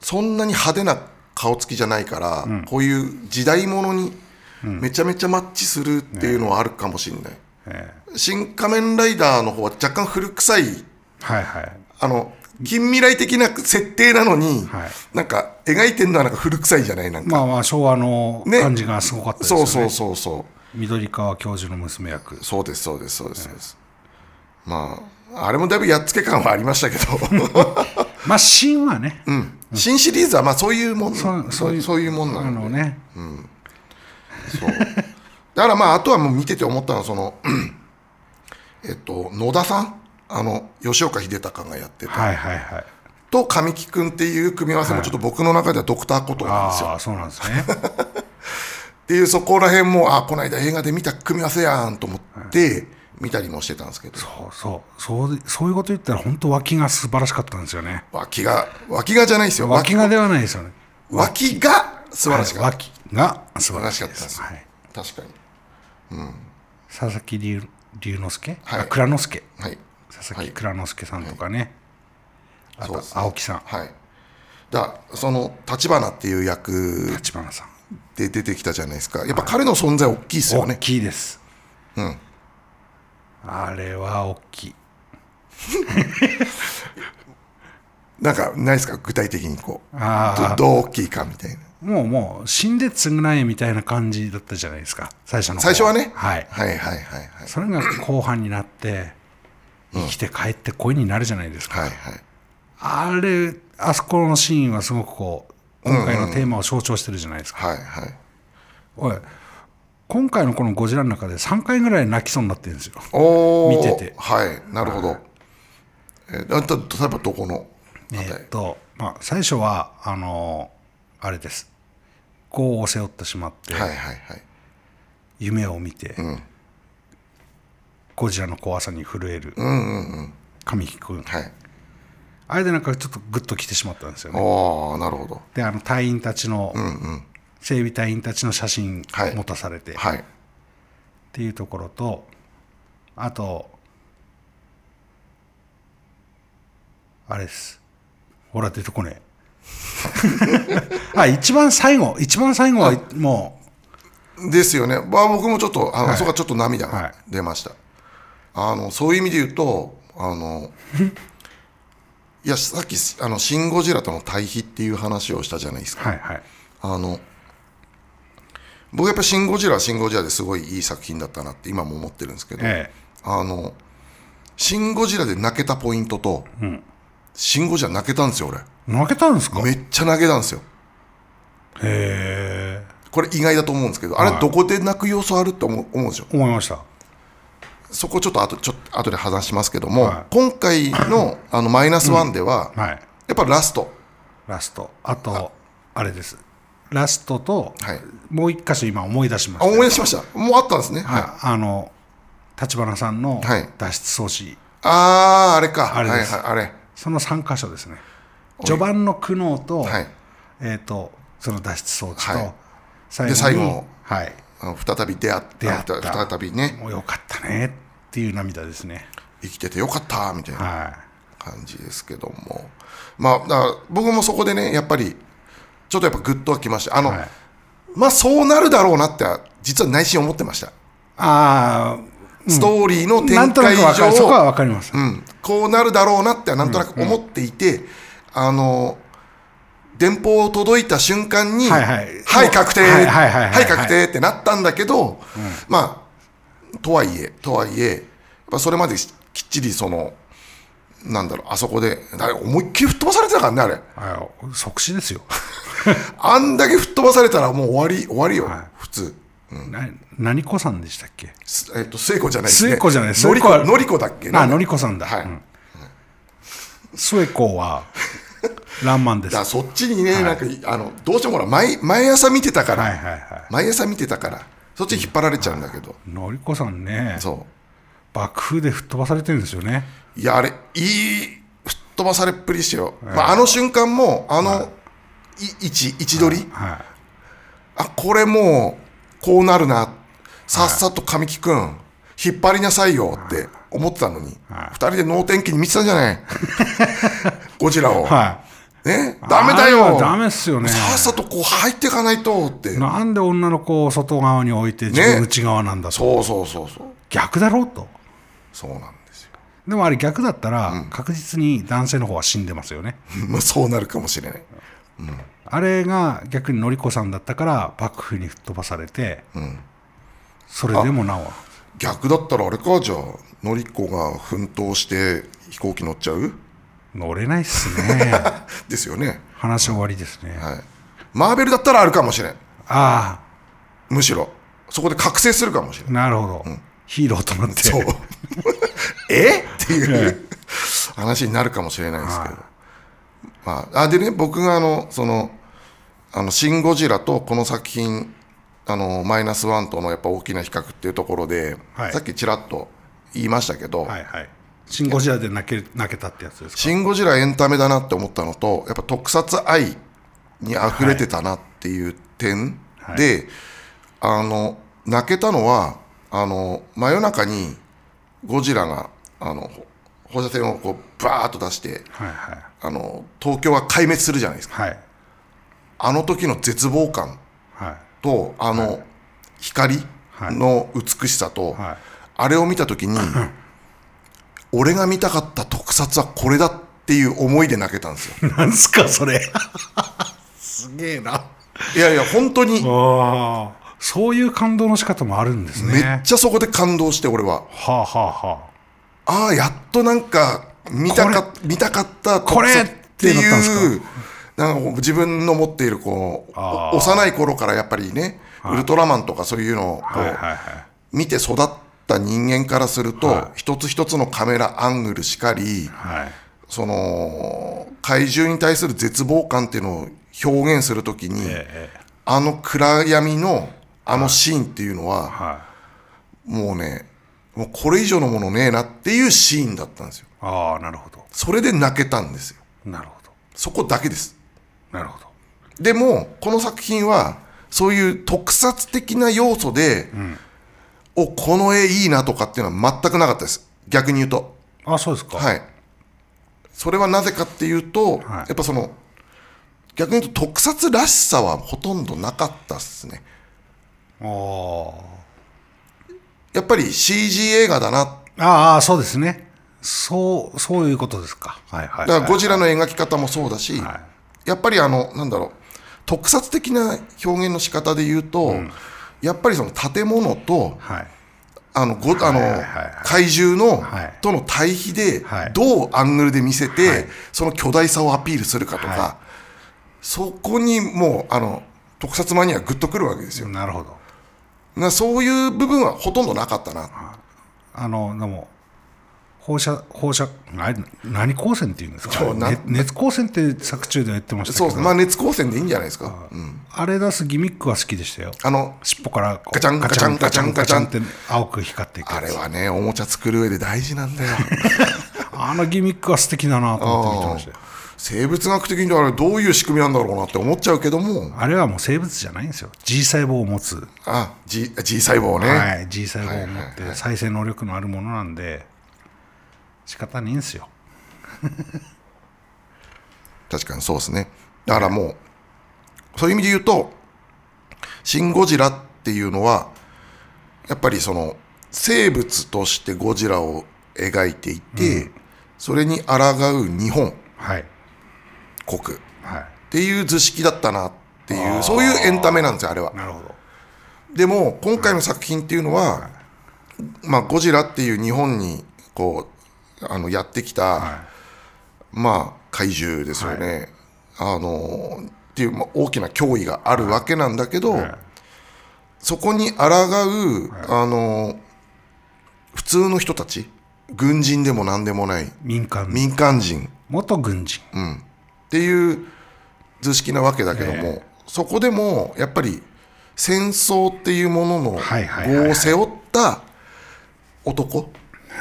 Speaker 1: そんなに派手な顔つきじゃないから、こういう時代物にめちゃめちゃマッチするっていうのはあるかもしれない、
Speaker 2: ええ
Speaker 1: 新仮面ライダーの方は若干古臭い
Speaker 2: はいはい
Speaker 1: あの近未来的な設定なのに、
Speaker 2: はい
Speaker 1: なんか描いてるのはなんか古臭いじゃないなんか、
Speaker 2: まあまあ昭和の
Speaker 1: ね
Speaker 2: 感じがすごかったですよ
Speaker 1: そ
Speaker 2: ね
Speaker 1: うそうそうそう
Speaker 2: 緑川教授の娘役
Speaker 1: そうですそうですそうですそうです、まああれもだいぶやっつけ感はありましたけど
Speaker 2: まあ芯はね、
Speaker 1: 新シリーズはまあそういうもん
Speaker 2: そう
Speaker 1: そ
Speaker 2: そうういう
Speaker 1: そういうもんな
Speaker 2: あ
Speaker 1: の
Speaker 2: のね、
Speaker 1: そうだからまああとはもう見てて思ったのはその えっと野田さんあの吉岡秀隆がやってた
Speaker 2: はいはいはい
Speaker 1: と神木君っていう組み合わせもちょっと僕の中ではドクターコトーなんですよ、
Speaker 2: ああそうなんですね
Speaker 1: っていうそこら辺もあこの間映画で見た組み合わせやんと思って見たりもしてたんですけど、
Speaker 2: そうそうそうそういうこと言ったら本当脇が素晴らしかったんですよね
Speaker 1: 脇が 脇がじゃないですよ
Speaker 2: 脇がではないですよね
Speaker 1: 脇が素晴らしかった、
Speaker 2: 脇が素晴らしいで
Speaker 1: 素晴らし
Speaker 2: す
Speaker 1: かっ
Speaker 2: はい、
Speaker 1: 確かに
Speaker 2: 佐々木龍龍之介、
Speaker 1: はい
Speaker 2: あ蔵之介
Speaker 1: はい
Speaker 2: 佐々木蔵之介さんとかね、あ
Speaker 1: そう
Speaker 2: と
Speaker 1: ですね
Speaker 2: 青木さん
Speaker 1: はいだその立花っていう役
Speaker 2: 立花さん
Speaker 1: で出てきたじゃないですかやっぱ彼の存在大きいですよ
Speaker 2: 大
Speaker 1: ね
Speaker 2: きいです、
Speaker 1: ん
Speaker 2: あれは大きい
Speaker 1: なんかないですか具体的にこう
Speaker 2: あ
Speaker 1: どどう大きいかみたいな
Speaker 2: もうもう死んで償えみたいな感じだったじゃないですか最初の方
Speaker 1: 最初はね
Speaker 2: はい
Speaker 1: はいはいはいはい
Speaker 2: それが後半になって生きて帰って恋になるじゃないですか、
Speaker 1: はいはい
Speaker 2: あれあそこのシーンはすごくこう今回のテーマを象徴してるじゃないですか、
Speaker 1: はいはい
Speaker 2: おい今回のこの「ゴジラ」の中で3回ぐらい泣きそうになってるんですよ
Speaker 1: おー
Speaker 2: 見てて
Speaker 1: はいなるほどえーだだ例えばどこの
Speaker 2: え
Speaker 1: あたり
Speaker 2: ーっと、まあ、最初はあのーあれです業を背負ってしまって、
Speaker 1: はいはいはい
Speaker 2: 夢を見て、ゴジラの怖さに震える、神木君
Speaker 1: はい
Speaker 2: あれでなんかちょっとグッと来てしまったんですよね
Speaker 1: おーなるほど
Speaker 2: であの隊員たちの、整備隊員たちの写真
Speaker 1: はい
Speaker 2: 持たされて、っ
Speaker 1: はい
Speaker 2: ていうところとあとあれですほら出て こね えあ一番最後一番最後はも
Speaker 1: ですよね、まあ、僕もちょっと、あの
Speaker 2: はい
Speaker 1: そこはちょっと涙
Speaker 2: は
Speaker 1: が
Speaker 2: い
Speaker 1: 出ました、あのそういう意味で言うと、あのいやさっきあの、シン・ゴジラとの対比っていう話をしたじゃないです
Speaker 2: う
Speaker 1: か、
Speaker 2: はいはい
Speaker 1: あの僕、やっぱシン・ゴジラはシン・ゴジラですごいいい作品だったなって今も思ってるんですけど、
Speaker 2: え
Speaker 1: あのシン・ゴジラで泣けたポイントと、シン・ゴジラ泣けたんですよ、
Speaker 2: え泣けたんですか
Speaker 1: 俺、めっちゃ泣けたんですよ。
Speaker 2: へえ
Speaker 1: これ意外だと思うんですけど、あ
Speaker 2: は
Speaker 1: れ
Speaker 2: い
Speaker 1: どこで泣く要素あるって思う思うんですよ。
Speaker 2: 思いました
Speaker 1: そこちょっと後ちょっと後で話しますけども、
Speaker 2: はい
Speaker 1: 今回 のあのマイナスワンでは、や
Speaker 2: はい
Speaker 1: っぱラスト、
Speaker 2: ラストあとあれですラストと、
Speaker 1: はい
Speaker 2: もう一箇所今思い出しま
Speaker 1: あ
Speaker 2: した
Speaker 1: 思い出しました、もうあったんですね、はい、
Speaker 2: はい、あの立花さんの
Speaker 1: はい
Speaker 2: 脱出阻止、
Speaker 1: あー、あれか、
Speaker 2: あれです
Speaker 1: はいはい、あれ、
Speaker 2: その3箇所ですね序盤の苦悩と,、
Speaker 1: はい、
Speaker 2: えー、とその脱出装置と、
Speaker 1: はい
Speaker 2: 最
Speaker 1: で
Speaker 2: 後
Speaker 1: 最後
Speaker 2: に
Speaker 1: の、
Speaker 2: はい、
Speaker 1: あの再び出会っ
Speaker 2: 出会った
Speaker 1: あ再びね、
Speaker 2: もうよかったねっていう涙ですね
Speaker 1: 生きててよかったみたいな
Speaker 2: は
Speaker 1: 感じですけども、まあ、だから僕もそこでね、やっぱり、ちょっとやっぱグッとはきました、あ
Speaker 2: い、
Speaker 1: の、
Speaker 2: はい、
Speaker 1: まあそうなるだろうなって、実は内心思ってました、
Speaker 2: あ
Speaker 1: ストーリーの
Speaker 2: あ
Speaker 1: 展
Speaker 2: なんとな
Speaker 1: 開
Speaker 2: くわか
Speaker 1: 上、
Speaker 2: るそこはわかります、
Speaker 1: うん、こうなるだろうなってはなんとなく思っていて、あの電報届いた瞬間に、
Speaker 2: はいはい
Speaker 1: はい確定、
Speaker 2: はいはいはいはい
Speaker 1: 確定ってなったんだけど、まあ、とはいえ、とはいえ、やっぱそれまでしきっちりその、なんだろう、あそこで、だ思いっきり吹っ飛ばされてたからね、あれ。
Speaker 2: あの即死ですよ
Speaker 1: あんだけ吹っ飛ばされたらもう終わり終わりよ、普通
Speaker 2: な何子さんでしたっけ
Speaker 1: すえっと末子じゃないですね
Speaker 2: 末子じゃない
Speaker 1: のり
Speaker 2: 末子
Speaker 1: こ
Speaker 2: は
Speaker 1: のりこだっけ
Speaker 2: あのりこさんだ、
Speaker 1: はい
Speaker 2: うん末子はランマンです
Speaker 1: だから
Speaker 2: は
Speaker 1: そっちにね、なんかあのどうしてもほら毎毎朝見てたから、
Speaker 2: いはいは
Speaker 1: 毎朝見てたからそっちに引っ張られちゃうんだけど、
Speaker 2: いのりこさんね
Speaker 1: そ
Speaker 2: 爆風で吹っ飛ばされてるんですよね
Speaker 1: ういやあれいい吹っ飛ばされっぷりしてよ、まあ、あの瞬間もあの、い位置位置取り、
Speaker 2: は
Speaker 1: あこれもうこうなるなさっさと神木君、引っ張りなさいよって思ってたのに、二
Speaker 2: はい
Speaker 1: 人で能天気に見てたじゃない ゴジラを、
Speaker 2: いは
Speaker 1: ね
Speaker 2: い
Speaker 1: ダメだ
Speaker 2: あれ
Speaker 1: よ
Speaker 2: はダメっすよね
Speaker 1: さっさとこう入っていかないとって
Speaker 2: なんで女の子を外側に置いて自分内側なんだと、
Speaker 1: そうそうそうそう
Speaker 2: 逆だろうと
Speaker 1: そうなんですよ
Speaker 2: でもあれ逆だったら確実に男性の方は死んでますよね、
Speaker 1: まあそうなるかもしれない
Speaker 2: あれが逆にのりこさんだったから幕府に吹っ飛ばされて、それでもなお
Speaker 1: 逆だったらあれかじゃあのりこが奮闘して飛行機乗っちゃう
Speaker 2: 乗れないっすね
Speaker 1: ですよね
Speaker 2: 話終わりですね、
Speaker 1: はいマーベルだったらあるかもしれん
Speaker 2: あ
Speaker 1: むしろそこで覚醒するかもしれん
Speaker 2: あなるほど、ヒーローとなって
Speaker 1: そう えっていう話になるかもしれないですけど、まあ、あでね僕があのその「あのシン・ゴジラ」とこの作品「あのマイナスワン」とのやっぱ大きな比較っていうところで、
Speaker 2: はい
Speaker 1: さっきちらっと言いましたけど「
Speaker 2: はいはいシン・ゴジラで泣け泣けたってやつですか
Speaker 1: シン・ゴジラ」エンタメだなって思ったのとやっぱ特撮愛に溢れてたなっていう点で、あの泣けたのはあの真夜中にゴジラがあの放射線をこうバーッと出して
Speaker 2: はいはい
Speaker 1: あの東京は壊滅するじゃないですか
Speaker 2: はい
Speaker 1: あの時の絶望感
Speaker 2: はい
Speaker 1: とあの、光の美しさと、
Speaker 2: はい
Speaker 1: あれを見た時 に俺が見たかった特撮はこれだっていう思いで泣けたんですよ
Speaker 2: なんすかそれすげえない
Speaker 1: やいや本当に
Speaker 2: ああそういう感動の仕方もあるんですね
Speaker 1: めっちゃそこで感動して俺は
Speaker 2: はあはあはあ
Speaker 1: ああやっとなんか見たか見たかった特撮
Speaker 2: これ
Speaker 1: って
Speaker 2: ってなったん
Speaker 1: い
Speaker 2: で
Speaker 1: うなんかこう自分の持っているこう
Speaker 2: あー
Speaker 1: お幼い頃からやっぱりねウルトラマンとかそういうのをこう
Speaker 2: はいはいはい
Speaker 1: 見て育った人間からすると、一つ一つのカメラアングルしかり、
Speaker 2: はい
Speaker 1: その怪獣に対する絶望感っていうのを表現するときに、
Speaker 2: ええ
Speaker 1: あの暗闇のあのシーンっていうのは、
Speaker 2: はい
Speaker 1: もうね、もうこれ以上のものねえなっていうシーンだったんですよ。
Speaker 2: ああなるほど
Speaker 1: それで泣けたんですよ。
Speaker 2: なるほど
Speaker 1: そこだけです。
Speaker 2: なるほど
Speaker 1: でも、この作品は、そういう特撮的な要素で、お、この絵いいなとかっていうのは全くなかったです。逆に言うと。
Speaker 2: あそうですか
Speaker 1: はい、それはなぜかっていうと、
Speaker 2: はい
Speaker 1: やっぱその逆に言うと特撮らしさはほとんどなかったっすね
Speaker 2: あー
Speaker 1: やっぱり CG 映画だな
Speaker 2: ああそうですねそうそういうことですかはいはい、
Speaker 1: だからゴジラの描き方もそうだし、
Speaker 2: は
Speaker 1: やっぱりあのなんだろう特撮的な表現の仕方で言うと、やっぱりその建物と
Speaker 2: はい
Speaker 1: あのごあの、
Speaker 2: はいはいはい
Speaker 1: 怪獣の、
Speaker 2: はい
Speaker 1: との対比で、
Speaker 2: はい
Speaker 1: どうアングルで見せて、
Speaker 2: はい
Speaker 1: その巨大さをアピールするかとか、
Speaker 2: は
Speaker 1: そこにもうあの特撮マニアグッとくるわけですよ、
Speaker 2: なるほど
Speaker 1: なそういう部分はほとんどなかったな
Speaker 2: あのでも放射放射あれ何光線っていうんです
Speaker 1: そ
Speaker 2: か、
Speaker 1: うな
Speaker 2: ね、熱光線って作中では言ってました
Speaker 1: そう
Speaker 2: け
Speaker 1: です
Speaker 2: ど、
Speaker 1: まあ熱光線でいいんじゃないですか、うん
Speaker 2: あれ出すギミックは好きでしたよ
Speaker 1: あの
Speaker 2: 尻尾からこう
Speaker 1: ガチャンガチャンガチャンガチャン
Speaker 2: ガチャンって青く光っていく
Speaker 1: あ
Speaker 2: や
Speaker 1: れ
Speaker 2: つ
Speaker 1: はねおもちゃ作る上で大事なんだよ
Speaker 2: あのギミックは素敵だなと思って見てましたよ
Speaker 1: 生物学的にあれどういう仕組みなんだろうなって思っちゃうけども
Speaker 2: あれはもう生物じゃないんですよ G 細胞を持つ、
Speaker 1: あ G, G 細胞ね、
Speaker 2: はい、G 細胞を持って再生能力のあるものなんで仕方ないんですよ
Speaker 1: 確かにそうですね。だからもう、そういう意味で言うと、シン・ゴジラっていうのは、やっぱりその、生物としてゴジラを描いていて、それに抗う日本
Speaker 2: はい
Speaker 1: 国っ
Speaker 2: は。
Speaker 1: ていう図式だったなっていう、そういうエンタメなんですよ、あれはい
Speaker 2: なるほど
Speaker 1: でも、今回の作品っていうのは、まあ、ゴジラっていう日本に、こう、あの、やってきた、
Speaker 2: は
Speaker 1: まあ怪獣ですよね、あのっていう、まあ、大きな脅威があるわけなんだけど、
Speaker 2: はい
Speaker 1: そこに抗う、あの普通の人たち軍人でも何でもない
Speaker 2: 民間
Speaker 1: 民間人
Speaker 2: 元軍人、
Speaker 1: っていう図式なわけだけども、そこでもやっぱり戦争っていうものの
Speaker 2: はいはいはいはい
Speaker 1: 業を背負った男っ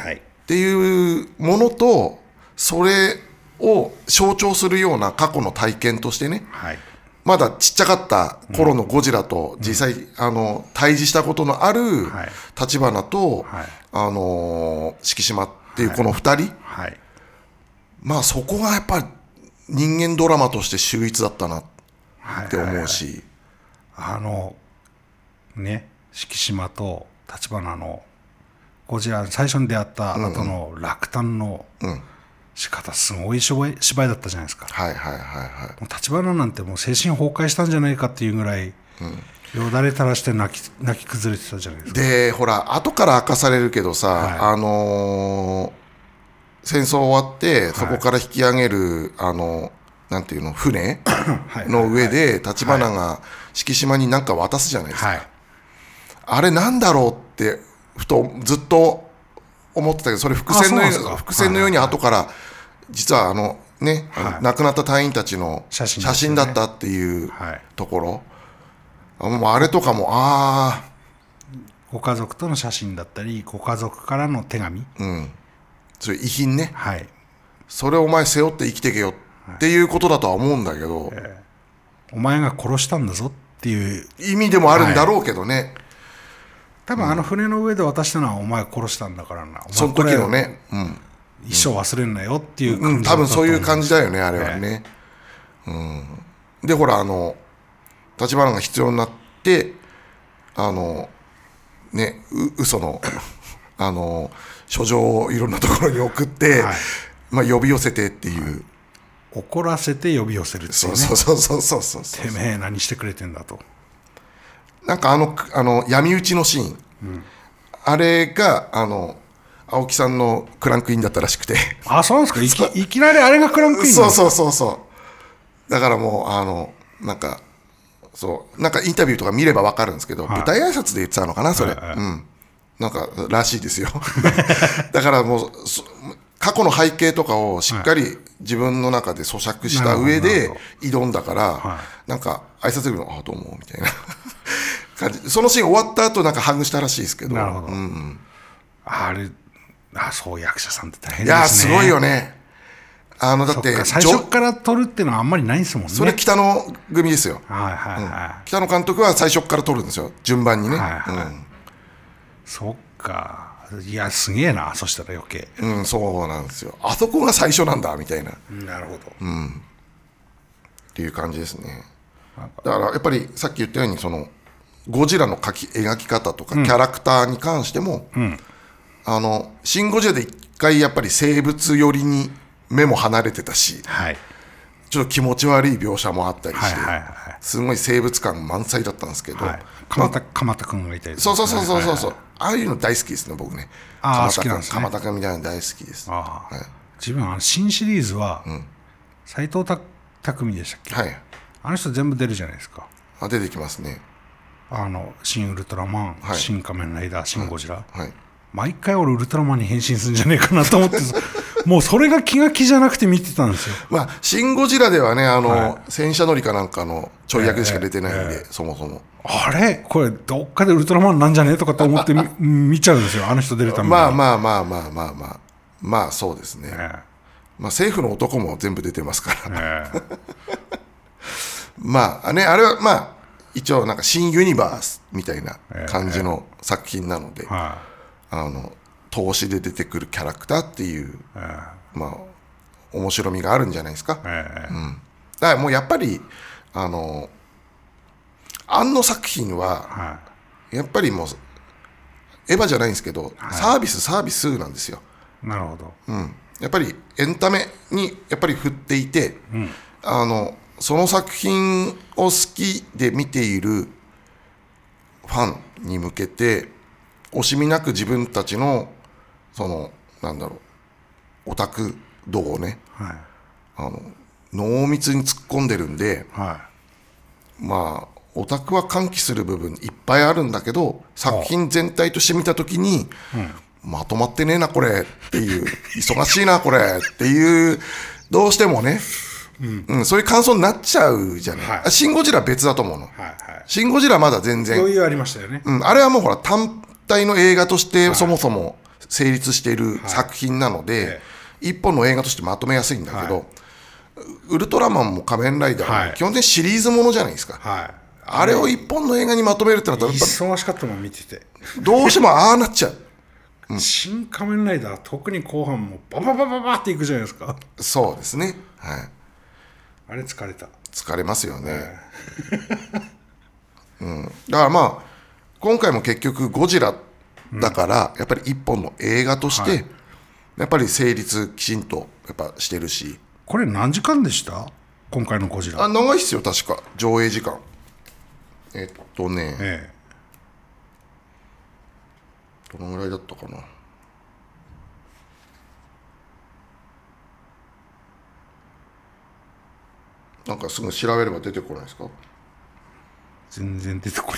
Speaker 2: はい
Speaker 1: ていうものとそれを象徴するような過去の体験としてね
Speaker 2: はい
Speaker 1: まだちっちゃかった頃のゴジラと実際、あの対峙したことのある
Speaker 2: はい
Speaker 1: 立花と、
Speaker 2: はい
Speaker 1: あのー敷島っていうこの2人、
Speaker 2: はい
Speaker 1: まあそこがやっぱり人間ドラマとして秀逸だったな
Speaker 2: はい
Speaker 1: って思うし、
Speaker 2: あのね敷島と橘のゴジラ最初に出会った後の落胆の仕方すごい芝居芝居だったじゃないですか
Speaker 1: はいはいはいは
Speaker 2: もう橘なんてもう精神崩壊したんじゃないかっていうぐらい、よだれ垂らして泣き泣き崩れてたじゃないです
Speaker 1: い。
Speaker 2: か
Speaker 1: で、ほら、後から明かされるけどさ、
Speaker 2: はい
Speaker 1: あのー戦争終わって、そこから引き上げる、あの、なんていうの、船
Speaker 2: はい
Speaker 1: の上で、立花が敷島に何か渡すじゃないですか。
Speaker 2: はい
Speaker 1: あれなんだろうって、ふと、ずっと思ってたけど、それ伏線のよ
Speaker 2: あそう
Speaker 1: う
Speaker 2: なんです
Speaker 1: に、
Speaker 2: か
Speaker 1: 伏線のように後から、実はあの、ね、あの
Speaker 2: はい
Speaker 1: 亡くなった隊員たちの写
Speaker 2: 写真ですね
Speaker 1: 真だったっていう
Speaker 2: はい
Speaker 1: ところ。あもうあれとかも、ああ、
Speaker 2: ご家族との写真だったりご家族からの手紙、
Speaker 1: それ遺品ね。
Speaker 2: はい
Speaker 1: それをお前背負って生きてけよっていうことだとは思うんだけど、
Speaker 2: お前が殺したんだぞっていう
Speaker 1: 意味でもあるんだろうけどね、
Speaker 2: 多分あの船の上で渡したのはお前殺したんだからな、お前
Speaker 1: その
Speaker 2: こ
Speaker 1: 時
Speaker 2: れ
Speaker 1: のね、うん
Speaker 2: 一生忘れんなよってい
Speaker 1: う
Speaker 2: う
Speaker 1: ん、
Speaker 2: 感じ
Speaker 1: 多
Speaker 2: だった
Speaker 1: 分
Speaker 2: と
Speaker 1: そ
Speaker 2: 思
Speaker 1: う
Speaker 2: う
Speaker 1: いう感じだよね、あれはね。うん、で、ほら、あの、立花が必要になって、あの、ね、う嘘の、 あの、書状をいろんなところに送って、
Speaker 2: はい
Speaker 1: まあ、呼び寄せてっていう、
Speaker 2: 怒らせて呼び寄せるっていう
Speaker 1: そう
Speaker 2: ね
Speaker 1: そうそうそうそうそうそう
Speaker 2: てめえ何してくれてんだと
Speaker 1: なんかあのくあの闇討ちのシーン、あれがあの青木さんのクランクインだったらしくて
Speaker 2: あそうなんですかいきいきなりあれがクランクインな
Speaker 1: そ
Speaker 2: の
Speaker 1: うそうそうそうだからもうあのなんかそうなんかインタビューとか見ればわかるんですけど、
Speaker 2: い
Speaker 1: 舞台挨拶で言ってたのかなそれ、
Speaker 2: はいはい
Speaker 1: うんなんからしいですよ だからもうそ過去の背景とかをしっかり自分の中で咀嚼した上
Speaker 2: なる
Speaker 1: で
Speaker 2: ほどなる
Speaker 1: 挑んだから、
Speaker 2: は
Speaker 1: なんか挨拶でも「あどうも」みたいな感じそのシーン終わった後なんかハグしたらしいですけど
Speaker 2: なるほど、あれあそう役者さんって大変
Speaker 1: い
Speaker 2: ですね
Speaker 1: やーすごいよねあのだ
Speaker 2: そ
Speaker 1: っ
Speaker 2: っか
Speaker 1: て
Speaker 2: 最
Speaker 1: じょ
Speaker 2: 初から撮るっていうのはあんまりないですもんね
Speaker 1: それ北野組ですよ
Speaker 2: はいはいはい、
Speaker 1: 北野監督は最初から撮るんですよ順番にね、
Speaker 2: はいは
Speaker 1: うん
Speaker 2: そっかいやすげえなそしたら余計、
Speaker 1: うん、そうなんですよ。あそこが最初なんだみたいなっ
Speaker 2: なるほど、
Speaker 1: ていう感じですね。だからやっぱりさっき言ったようにそのゴジラの描き描き方とかキャラクターに関しても、あのシン・ゴジラで一回やっぱり生物寄りに目も離れてたし、
Speaker 2: はい
Speaker 1: ちょっと気持ち悪い描写もあったり
Speaker 2: はい
Speaker 1: して、
Speaker 2: はいは
Speaker 1: すごい生物感満載だったんですけど、
Speaker 2: いはい鎌田鎌田君がいたりとか
Speaker 1: そうそうそうそうそうそう、ああいうの大好きですね僕ね。
Speaker 2: あー
Speaker 1: 鎌田
Speaker 2: 好きなん
Speaker 1: 君、
Speaker 2: ですね
Speaker 1: 鎌田君みたいなの大好きです。は
Speaker 2: ああ自分あの新シリーズは斎、藤た匠でしたっけ
Speaker 1: い、
Speaker 2: あの人全部出るじゃないですか
Speaker 1: あ出てきますね。
Speaker 2: あの「新ウルトラマン」
Speaker 1: はい
Speaker 2: 新仮面ライダー」「新ゴジラ」
Speaker 1: はい。
Speaker 2: 毎回俺ウルトラマンに変身するんじゃねえかなと思って もうそれが気が気じゃなくて見てたんですよ
Speaker 1: まあ、シン・ゴジラではね、あの、戦車乗りかなんかのちょい役でしか出てないんで、そもそも。
Speaker 2: あれこれどっかでウルトラマンなんじゃねえとかと思ってみ 見ちゃうんですよあの人出るために
Speaker 1: まあまあまあまあまあまあ、まあそうですね。
Speaker 2: え
Speaker 1: まあ、政府の男も全部出てますから、
Speaker 2: えええ
Speaker 1: まあね、あれはまあ、一応なんか新ユニバースみたいな感じの作品なので、
Speaker 2: は
Speaker 1: あの、投資で出てくるキャラクターっていう、
Speaker 2: いえ
Speaker 1: まあ、面白みがあるんじゃないですか。
Speaker 2: えええ
Speaker 1: だからもうやっぱり、あの、あの作品は、
Speaker 2: は
Speaker 1: やっぱりもう、エヴァじゃないんですけど、サービス、サービスなんですよ。
Speaker 2: いなるほど
Speaker 1: うん。やっぱりエンタメにやっぱり振っていて、あの、その作品を好きで見ているファンに向けて、惜しみなく自分たちの、その、なんだろう、オタク度をね、
Speaker 2: はい
Speaker 1: 濃密に突っ込んでるんで、
Speaker 2: は
Speaker 1: まあ、オタクは歓喜する部分いっぱいあるんだけど、作品全体として見たときに、まとまってねえな、これっていう、忙しいな、これっていう、どうしてもね、うん、そういう感想になっちゃうじゃない。
Speaker 2: はい
Speaker 1: あシン・ゴジラは別だと思うの。
Speaker 2: はいはい
Speaker 1: シン・ゴジラはまだ全然、
Speaker 2: 余裕ありましたよね、
Speaker 1: うん、あれはもうほら単体の映画としてそもそも成立している作品なので、
Speaker 2: え
Speaker 1: 一本の映画としてまとめやすいんだけど、ウルトラマンも仮面ライダーも、
Speaker 2: はい
Speaker 1: 基本的にシリーズものじゃないですか、
Speaker 2: はい
Speaker 1: あれを一本の映画にまとめるってなったらやっ
Speaker 2: 忙しかったもん見てて、
Speaker 1: ぱどうしてもああなっちゃう
Speaker 2: 新仮面ライダー特に後半もバババババっていくじゃないですか
Speaker 1: そうですね、はい、
Speaker 2: あれ疲れた
Speaker 1: 疲れますよね、 うん、だからまあ今回も結局ゴジラだから、やっぱり一本の映画として、
Speaker 2: はい
Speaker 1: やっぱり成立きちんとやっぱしてるし
Speaker 2: これ何時間でした今回のゴジ
Speaker 1: あ
Speaker 2: ラ
Speaker 1: 長いっすよ確か上映時間えっとね、
Speaker 2: え
Speaker 1: どのぐらいだったかななんかすぐ調べれば出てこないですか
Speaker 2: え全然出てこない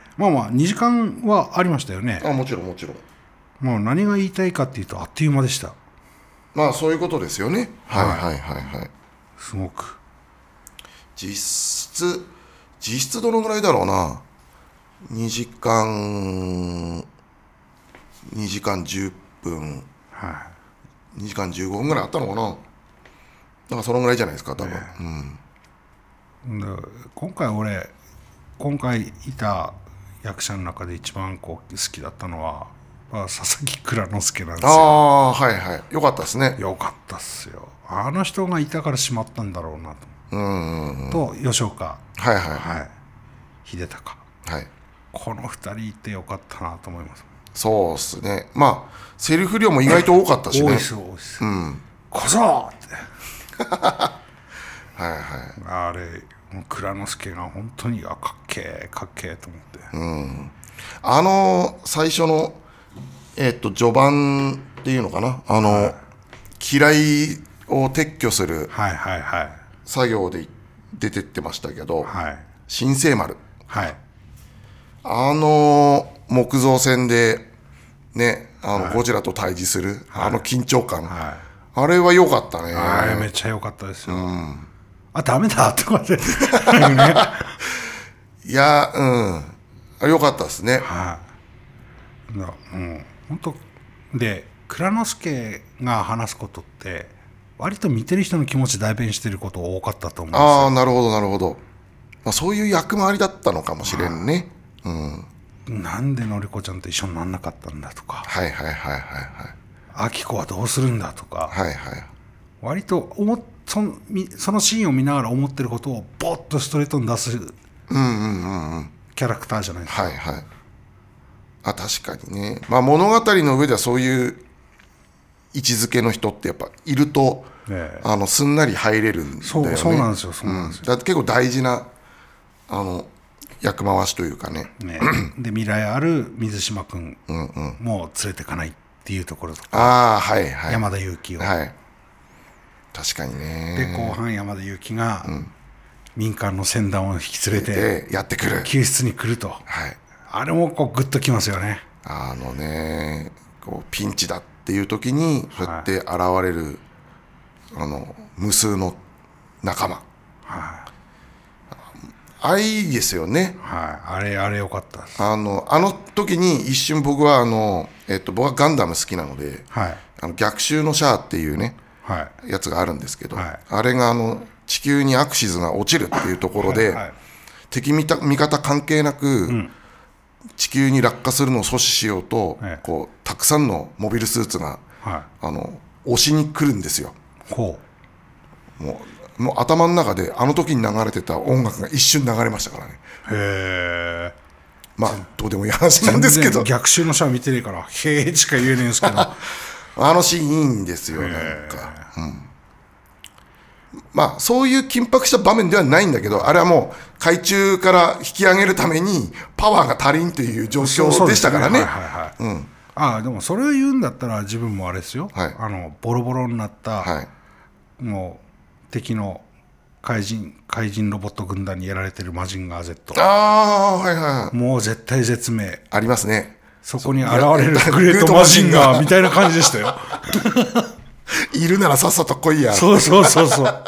Speaker 2: まあまあ2時間はありましたよね
Speaker 1: あもちろんもちろん
Speaker 2: もう何が言いたいかっていうとあっという間でした
Speaker 1: まあそういうことですよねはい
Speaker 2: は
Speaker 1: はいはいはい
Speaker 2: すごく
Speaker 1: 実質実質どのぐらいだろうな2時間2時間10分
Speaker 2: は
Speaker 1: 2時間15分ぐらいあったのかななんかそのぐらいじゃないですか多分、うん
Speaker 2: いで今回俺今回いた役者の中で一番こう好きだったのは、まあ、佐々木蔵之介なんですよ
Speaker 1: ああーはいはいよかったですね
Speaker 2: よかったっすよあの人がいたからしまったんだろうな
Speaker 1: うんうんうん
Speaker 2: と、と吉岡
Speaker 1: はいはいは
Speaker 2: はい秀隆
Speaker 1: い、はい、
Speaker 2: この2人いてよかったなと思います
Speaker 1: そうっすねまあセリフ量も意外と多かったし
Speaker 2: 多い
Speaker 1: ね
Speaker 2: っす多いっす、
Speaker 1: うん
Speaker 2: こそって
Speaker 1: はいはい
Speaker 2: あれもう蔵之介が本当にあかっけえかっけえと思って、
Speaker 1: あの最初のえっと序盤っていうのかなあの、嫌いを撤去する
Speaker 2: はいはいはい
Speaker 1: 作業で出てってましたけど
Speaker 2: はい
Speaker 1: 新生丸
Speaker 2: はい
Speaker 1: あの木造船で、ね、あのゴジラと対峙する、あの緊張感、
Speaker 2: はい
Speaker 1: あれは良かったね、、
Speaker 2: あれめっちゃ良かったですよ、あダメだとかで ねはい
Speaker 1: や、うん、あれ良かったですね、
Speaker 2: いだもう本当で蔵之介が話すことって割と見てる人の気持ち代弁してること多かったと思うんですよ
Speaker 1: ああ、なるほど、なるほど、まあ、そういう役回りだったのかもしれんね、うん、
Speaker 2: なんでのりこちゃんと一緒になんなかったんだとか
Speaker 1: はいはいはいはい
Speaker 2: あきこはどうするんだとか
Speaker 1: はい、はいはい、
Speaker 2: 割と思っそんみそのシーンを見ながら思ってることをボッとストレートに出す
Speaker 1: うんうんうんうん、
Speaker 2: キャラクターじゃないですか、
Speaker 1: はいはい、あ確かにね、まあ、物語の上ではそういう位置づけの人ってやっぱいると、
Speaker 2: ええ
Speaker 1: あのすんなり入れるんだよね。
Speaker 2: そうそうなんですよそうなんですよ、
Speaker 1: だって結構大事なあの役回しというかね
Speaker 2: ね、で未来ある水島君も連れてかないっていうところとか、
Speaker 1: ああはいはい
Speaker 2: 山田裕貴を、
Speaker 1: はい確かに
Speaker 2: で
Speaker 1: ね
Speaker 2: 後半山田裕貴が民間の船団を引き連れて
Speaker 1: でやってくるはい
Speaker 2: 救出に来るとあれもこうグッときますよね
Speaker 1: あのねこうピンチだっていう時にそうやって現れる、あの無数の仲間
Speaker 2: は
Speaker 1: あいいですよね
Speaker 2: い、はい、あれあれよかったです
Speaker 1: あのあの時に一瞬僕はあの、えっと、僕はガンダム好きなので
Speaker 2: はい
Speaker 1: あの逆襲のシャアっていうね
Speaker 2: はい
Speaker 1: やつがあるんですけど、
Speaker 2: はい
Speaker 1: あれがあの地球にアクシズが落ちるっていうところで、
Speaker 2: はい
Speaker 1: 敵味方味方関係なく、地球に落下するのを阻止しようと、
Speaker 2: ええ
Speaker 1: こうたくさんのモビルスーツが
Speaker 2: は
Speaker 1: あの押しに来るんですよ
Speaker 2: いこ
Speaker 1: もうもう頭の中であの時に流れてた音楽が一瞬流れましたからね
Speaker 2: うへえ
Speaker 1: まあどうでもいい話なんですけど
Speaker 2: 逆襲のシャア見てねえからへえしか言えねえんですけ ど
Speaker 1: あのシーンいいんですよなんか、うん、まあそういう緊迫した場面ではないんだけどあれはもう海中から引き上げるためにパワーが足りんという状況でしたからね
Speaker 2: そうですはいはいはいああでもそれを言うんだったら自分もあれですよ、
Speaker 1: はい
Speaker 2: あのボロボロになった、
Speaker 1: はい
Speaker 2: もう敵の怪人怪人ロボット軍団にやられてるマジンガー Z
Speaker 1: ああーはいはいはい
Speaker 2: もう絶対絶命
Speaker 1: ありますね
Speaker 2: そこに現れるグレートマジンガーみたいな感じ でしたよ
Speaker 1: いるならさっさと来いや
Speaker 2: そうそうそうそう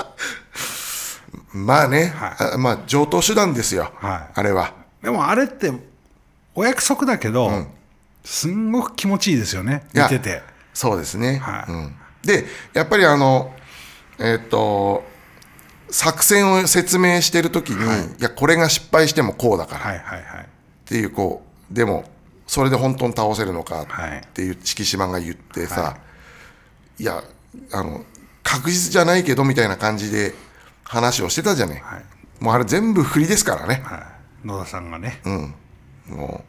Speaker 1: まあね、あまあ上等手段ですよ、
Speaker 2: は
Speaker 1: あれは
Speaker 2: でもあれってお約束だけど、すんごく気持ちいいですよね
Speaker 1: い
Speaker 2: 見
Speaker 1: や
Speaker 2: てて
Speaker 1: そうですね、
Speaker 2: はい
Speaker 1: うん、でやっぱりあのえっと作戦を説明してる時に、い、やこれが失敗してもこうだからっ
Speaker 2: はいはいはい
Speaker 1: ていうこうでもそれで本当に倒せるのか
Speaker 2: はい
Speaker 1: っていう敷島が言ってさ、い、やあの確実じゃないけどみたいな感じで話をしてたじゃね、
Speaker 2: はい
Speaker 1: もうあれ全部振りですからね、
Speaker 2: はい野田さんがね、
Speaker 1: も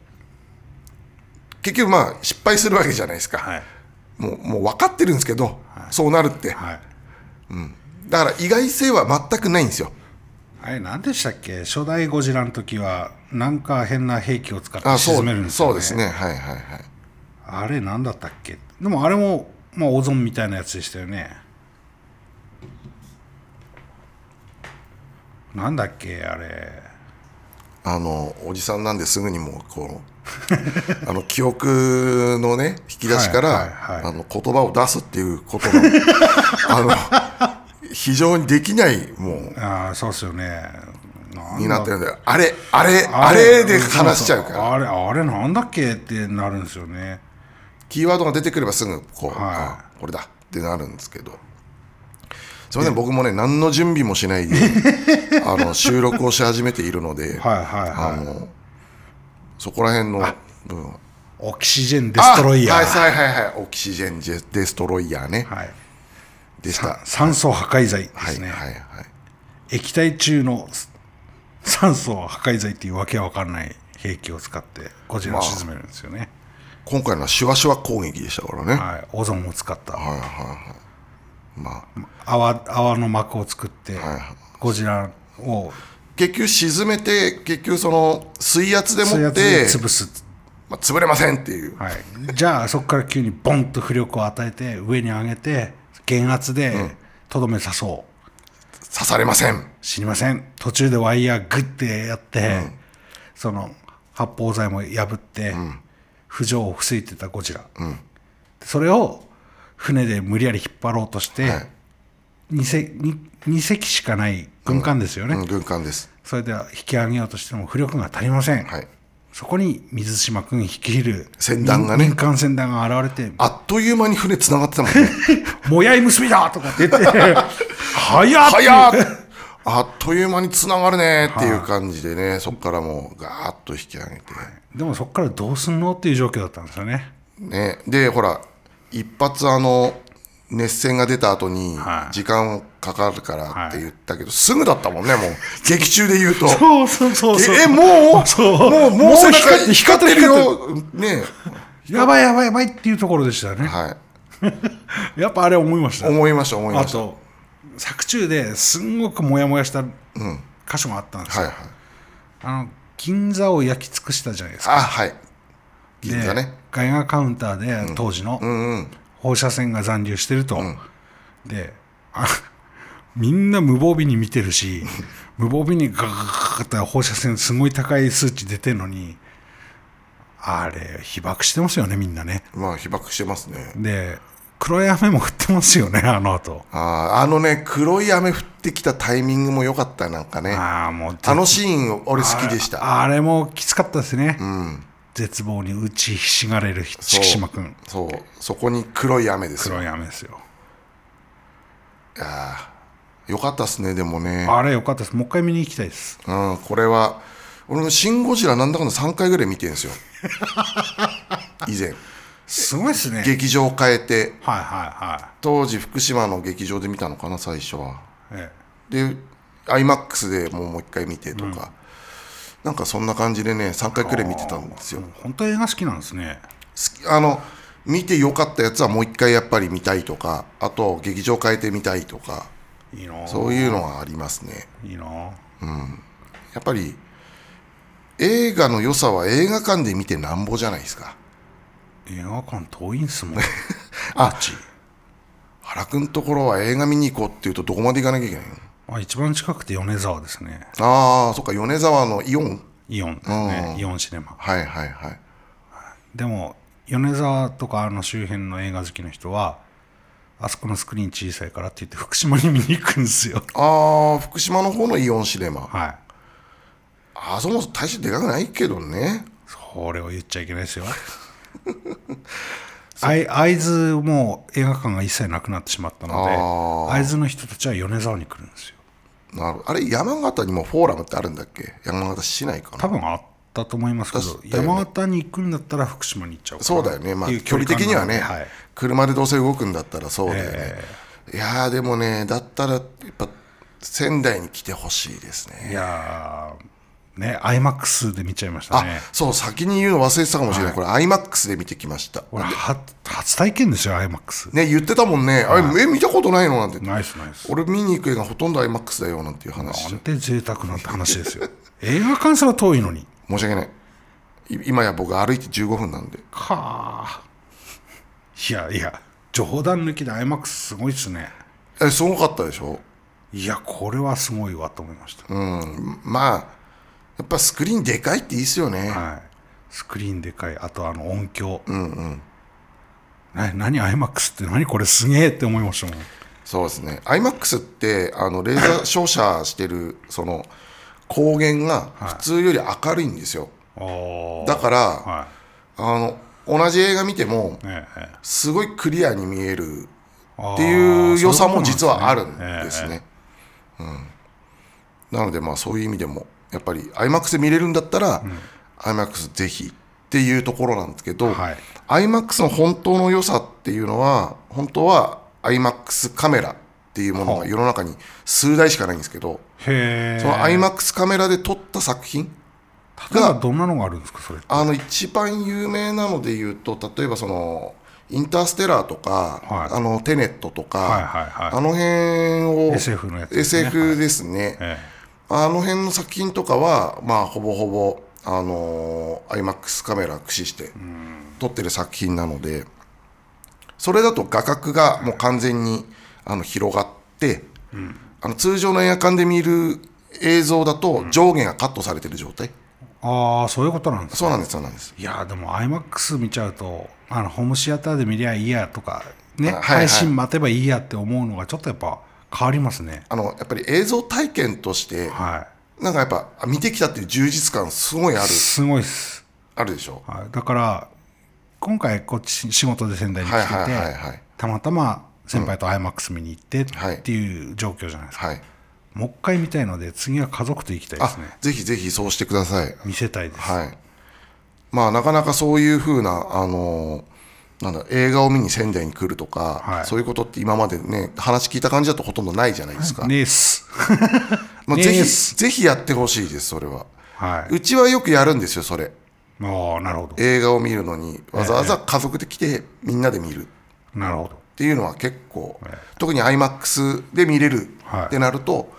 Speaker 1: う結局まあ失敗するわけじゃないですか、
Speaker 2: はい
Speaker 1: もうもう分かってるんですけど、そうなるって、
Speaker 2: はい
Speaker 1: だから意外性は全くないんですよ
Speaker 2: あれ何でしたっけ初代ゴジラの時はなんか変な兵器を使って
Speaker 1: あそう
Speaker 2: 沈めるんですよ、ね、
Speaker 1: そうですねはいはいはい
Speaker 2: あれ何だったっけでもあれも、まあ、オゾンみたいなやつでしたよねなんだっけあれ
Speaker 1: あのおじさんなんですぐにもうこう あの記憶のね引き出しから、
Speaker 2: はいはいはい
Speaker 1: あの言葉を出すっていうことの あの非常にできないもう
Speaker 2: ああそうっすよねなんだ
Speaker 1: になってるんだよあれあれあれで話しちゃうから
Speaker 2: あれあれなんだっけってなるんですよね
Speaker 1: キーワードが出てくればすぐこう、
Speaker 2: は
Speaker 1: あこれだってなるんですけどすみません僕もね何の準備もし ないであの収録をし始めているので、
Speaker 2: はいはい
Speaker 1: あ
Speaker 2: はい
Speaker 1: のそこら辺の部分は
Speaker 2: オキシジェンデストロイヤー
Speaker 1: あはいはいはいはいオキシジェンジェデストロイヤーね、
Speaker 2: はい
Speaker 1: でした
Speaker 2: さ
Speaker 1: は
Speaker 2: 酸素破壊剤で
Speaker 1: い
Speaker 2: すね、
Speaker 1: はいはい
Speaker 2: 液体中の酸素破壊剤っていうわけわかんない兵器を使ってゴジラを沈めるんですよね、
Speaker 1: 今回のはシュワシュワ攻撃でしたからね、
Speaker 2: はい、オゾンを使った
Speaker 1: はいはいはいまあ
Speaker 2: 泡泡の膜を作って、
Speaker 1: いはい
Speaker 2: ゴジラを
Speaker 1: 結局沈めて結局その水圧で
Speaker 2: そういう
Speaker 1: も
Speaker 2: や
Speaker 1: っ
Speaker 2: つで
Speaker 1: て
Speaker 2: 潰す、
Speaker 1: まあ、潰れませんっていう、
Speaker 2: はい、じゃあそこから急にボンと浮力を与えて上に上げて減圧でとどめさそう、
Speaker 1: 刺されません
Speaker 2: 知りません途中でワイヤーグッてやって、その発泡剤も破って、浮上を防いでたゴジラ、でそれを船で無理やり引っ張ろうとして、
Speaker 1: はい
Speaker 2: 二 2, 隻しかない軍艦ですよね、
Speaker 1: うん、軍艦です。
Speaker 2: それでは引き上げようとしても浮力が足りません、
Speaker 1: はい。
Speaker 2: そこに水島君率いる
Speaker 1: 船団がね
Speaker 2: 民間船団が現れて
Speaker 1: あっという間に船繋がってたもん ね。
Speaker 2: 「もやい結びだ!」とかっ て言って「早っ!」
Speaker 1: 早っ あっという間に繋がるねっていう感じでね、そこからもうガーッと引き上げて。
Speaker 2: でもそこからどうすんのっていう状況だったんですよね
Speaker 1: ね。で、ほら、一発あの、熱戦が出た後に
Speaker 2: は、い
Speaker 1: 時間かかるからって言ったけど、すぐだったも んね、もう。劇中で言うと。
Speaker 2: そうそうそうそう
Speaker 1: え、えもう
Speaker 2: そう
Speaker 1: もう、もう背中
Speaker 2: 光って
Speaker 1: 光ってるよ。ね
Speaker 2: やばいやばいやばいっていうところでしたよね。
Speaker 1: はい。
Speaker 2: やっぱあれ思いました。
Speaker 1: 思いました、思い
Speaker 2: あ
Speaker 1: ました。
Speaker 2: と、作中ですんごくモヤモヤした箇所もあったんです
Speaker 1: はい
Speaker 2: よ。
Speaker 1: はい。
Speaker 2: あの銀座を焼き尽くしたじゃないですか。
Speaker 1: あ、はい。銀座
Speaker 2: で
Speaker 1: ね。、
Speaker 2: ガイガーカウンターで当時の放射線が残留してると。で、あみんな無防備に見てるし、 無防備にガガガガガって放射線すごい高い数値出てるのに、あれ、被爆してますよね、みんなね。
Speaker 1: まあ、被爆してますね。
Speaker 2: で、黒い雨も降ってますよね、あの後。
Speaker 1: あーあのね、黒い雨降ってきたタイミングも良かった、なんかね。
Speaker 2: ああ、もう、
Speaker 1: あのシーン、俺好きでした。
Speaker 2: あれもきつかったですね。絶望に打ちひしがれる敷
Speaker 1: そう
Speaker 2: 島君。
Speaker 1: そう、そこに黒い雨ですよ。
Speaker 2: 黒い雨ですよ。
Speaker 1: 良かったっすね、でもね。
Speaker 2: あれよかったです。もう一回見に行きたいです。
Speaker 1: うん、これは、俺もシン・ゴジラなんだかんだ3回ぐらい見てるん ですよ。以前。
Speaker 2: すごいですね。はい
Speaker 1: 劇場変えて、
Speaker 2: はいは
Speaker 1: 当時福島の劇場で見たのかな、最初は。
Speaker 2: い。え
Speaker 1: で、IMAX でもうもう一回見てとか。なんかそんな感じでね、3回くらい見てたんですよ
Speaker 2: え、。本当映画好きなんですね。
Speaker 1: 好きあの見て良かったやつはもう一回やっぱり見たいとかあと劇場変えてみたいとか
Speaker 2: いいなぁ
Speaker 1: そういうのはありますね
Speaker 2: いいなぁ
Speaker 1: やっぱり映画の良さは映画館で見てなんぼじゃないですか
Speaker 2: 映画館遠い んすもん。
Speaker 1: あ原くんところは映画見に行こうっていうとどこまで行かなきゃいけないの
Speaker 2: あ一番近くて米沢ですね
Speaker 1: ああそっか米沢のイオン
Speaker 2: イオンですね
Speaker 1: うん
Speaker 2: イオンシネマ
Speaker 1: はいはいはい
Speaker 2: でも米沢とかあの周辺の映画好きの人はあそこのスクリーン小さいからって言って福島に見に行くんですよ
Speaker 1: ああ福島の方のイオンシネマ
Speaker 2: はい
Speaker 1: あそこも大してでかくないけどね
Speaker 2: それを言っちゃいけない ですよあい会津もう映画館が一切なくなってしまったの
Speaker 1: あー
Speaker 2: で会津の人たちは米沢に来るんですよ
Speaker 1: なるほどあれ山形にもフォーラムってあるんだっけ山形市内かな
Speaker 2: 多分あったと思いますけど、
Speaker 1: 確かよね
Speaker 2: 山形に行くんだったら福島に行っちゃうかな
Speaker 1: そうだよねまあ
Speaker 2: っていう
Speaker 1: 距離的
Speaker 2: 感
Speaker 1: には
Speaker 2: なので
Speaker 1: ね、
Speaker 2: はい、
Speaker 1: 車でどうせ動くんだったらそうだよね、いやーでもねだったらやっぱ仙台に来てほしいですね
Speaker 2: いやーね IMAX で見ちゃいました
Speaker 1: あ、
Speaker 2: ね
Speaker 1: そう先に言うの忘れてたかもしれない、これ IMAX で見てきました
Speaker 2: 俺は初体験ですよ IMAX
Speaker 1: ね言ってたもんね、あれえ見たことないのなんて
Speaker 2: ナイスナイス
Speaker 1: 俺見に行く映画ほとんど IMAX だよなんていう話
Speaker 2: なんて贅沢なんて話で すよ映画館すら遠いのに
Speaker 1: 申し訳ないい今や僕歩いて15分なんで
Speaker 2: はあいやいや冗談抜きで IMAX すごいっすね
Speaker 1: えすごかったでしょ
Speaker 2: いやこれはすごいわと思いました、
Speaker 1: うんまあやっぱスクリーンでかいっていいっすよね、
Speaker 2: はい、スクリーンでかいあとあの音響うんうん何 IMAX って何これすげえって思いましたもん
Speaker 1: そうですね IMAX ってあのレーザー照射してる その光源が普通より明るいんですよ、
Speaker 2: おー
Speaker 1: だから、
Speaker 2: は
Speaker 1: あの同じ映画見ても
Speaker 2: いねえ
Speaker 1: すごいクリアに見える
Speaker 2: っ
Speaker 1: っていう良さも実はあるんですね。うん、なのでまあそういう意味でもやっぱり IMAX で見れるんだったら、IMAX ぜひっていうところなんですけど、
Speaker 2: はい
Speaker 1: IMAX の本当の良さっていうのは本当は IMAX カメラっていうものが世の中に数台しかないんですけど、
Speaker 2: へえ
Speaker 1: その IMAX カメラで撮った作品
Speaker 2: 例えばどんなのがあるんですかそれって
Speaker 1: あの一番有名なので言うと例えばそのインターステラーとか、
Speaker 2: はい
Speaker 1: あのテネットとか、
Speaker 2: はいはいはい
Speaker 1: あの辺を
Speaker 2: SF のやつですね
Speaker 1: SF ですね、
Speaker 2: え
Speaker 1: あの辺の作品とかは、まあ、ほぼほぼ、あのー IMAX カメラ駆使して撮ってる作品なのでそれだと画角がもう完全にあの広がって、あの通常の映画館で見る映像だと上下がカットされてる状態、
Speaker 2: えああそういうことなんです
Speaker 1: そうなんですそうなんです
Speaker 2: いやーでも IMAX 見ちゃうとあのホームシアターで見りゃいいやとかね、
Speaker 1: あはいはい
Speaker 2: 配信待てばいいやって思うのがちょっとやっぱ変わりますね
Speaker 1: あのやっぱり映像体験として、
Speaker 2: は
Speaker 1: なんかやっぱあ見てきたっていう充実感すごいある
Speaker 2: いすごいっす、
Speaker 1: あるでしょ
Speaker 2: はい、だから今回こっち仕事で仙台に来
Speaker 1: はい
Speaker 2: てて、
Speaker 1: はいはいはい
Speaker 2: たまたま先輩と IMAX 見に行って
Speaker 1: はい
Speaker 2: っていう状況じゃないですか、
Speaker 1: はい
Speaker 2: もう一回見たいので次は家族と行きたいで
Speaker 1: あ
Speaker 2: すね
Speaker 1: ぜひぜひそうしてください
Speaker 2: 見せたいです、
Speaker 1: はいまあなかなかそういう風なあのーなんだ映画を見に仙台に来るとか、
Speaker 2: はい
Speaker 1: そういうことって今までね話聞いた感じだとほとんどないじゃないですか、
Speaker 2: ねえっす
Speaker 1: まあ、
Speaker 2: ね
Speaker 1: ぜ
Speaker 2: え
Speaker 1: ひ
Speaker 2: っす
Speaker 1: ぜひやってほしいですそれは
Speaker 2: はいう
Speaker 1: ちはよくやるんですよそれ
Speaker 2: ああなるほ
Speaker 1: 映画を見るのにわざわざ家族で来てみんなで見る
Speaker 2: どなるほど
Speaker 1: っていうのは結構、特に IMAX で見れる
Speaker 2: はい
Speaker 1: ってなると、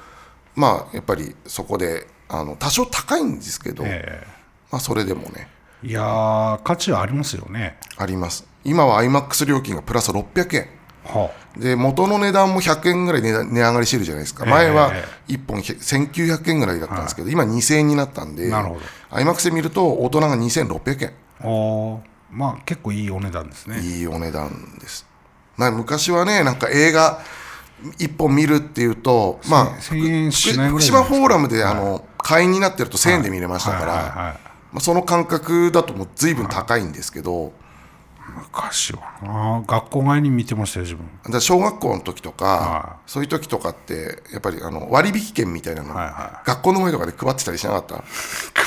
Speaker 1: まあやっぱりそこであの多少高いんですけど、
Speaker 2: え
Speaker 1: まあ、それでもね
Speaker 2: えいやー価値はありますよね
Speaker 1: あります今は IMAX 料金がプラス600円
Speaker 2: はあ
Speaker 1: で元の値段も100円ぐらい値段値上がりしてるじゃないですか、
Speaker 2: ええ
Speaker 1: 前は
Speaker 2: え
Speaker 1: 1本1900円ぐらいだったんですけど、今2000円になったんで
Speaker 2: なるほど
Speaker 1: IMAX で見ると大人が2600円
Speaker 2: おーまあ結構いいお値段ですね
Speaker 1: いいお値段です、まあ、昔はねなんか映画一本見るっていうとまあ
Speaker 2: せん1000円しない
Speaker 1: 福
Speaker 2: ぐら
Speaker 1: 島
Speaker 2: い
Speaker 1: フォーラムであの、会員になってると1000円で見れましたから、
Speaker 2: はいはいはい
Speaker 1: まあ、その感覚だともう随分高いんですけど、
Speaker 2: 昔はな学校外に見てましたよ自分
Speaker 1: だから小学校の時とか、
Speaker 2: は
Speaker 1: そういう時とかってやっぱりあの割引券みたいなの、
Speaker 2: はいは
Speaker 1: 学校の前とかで配ってたりしなかった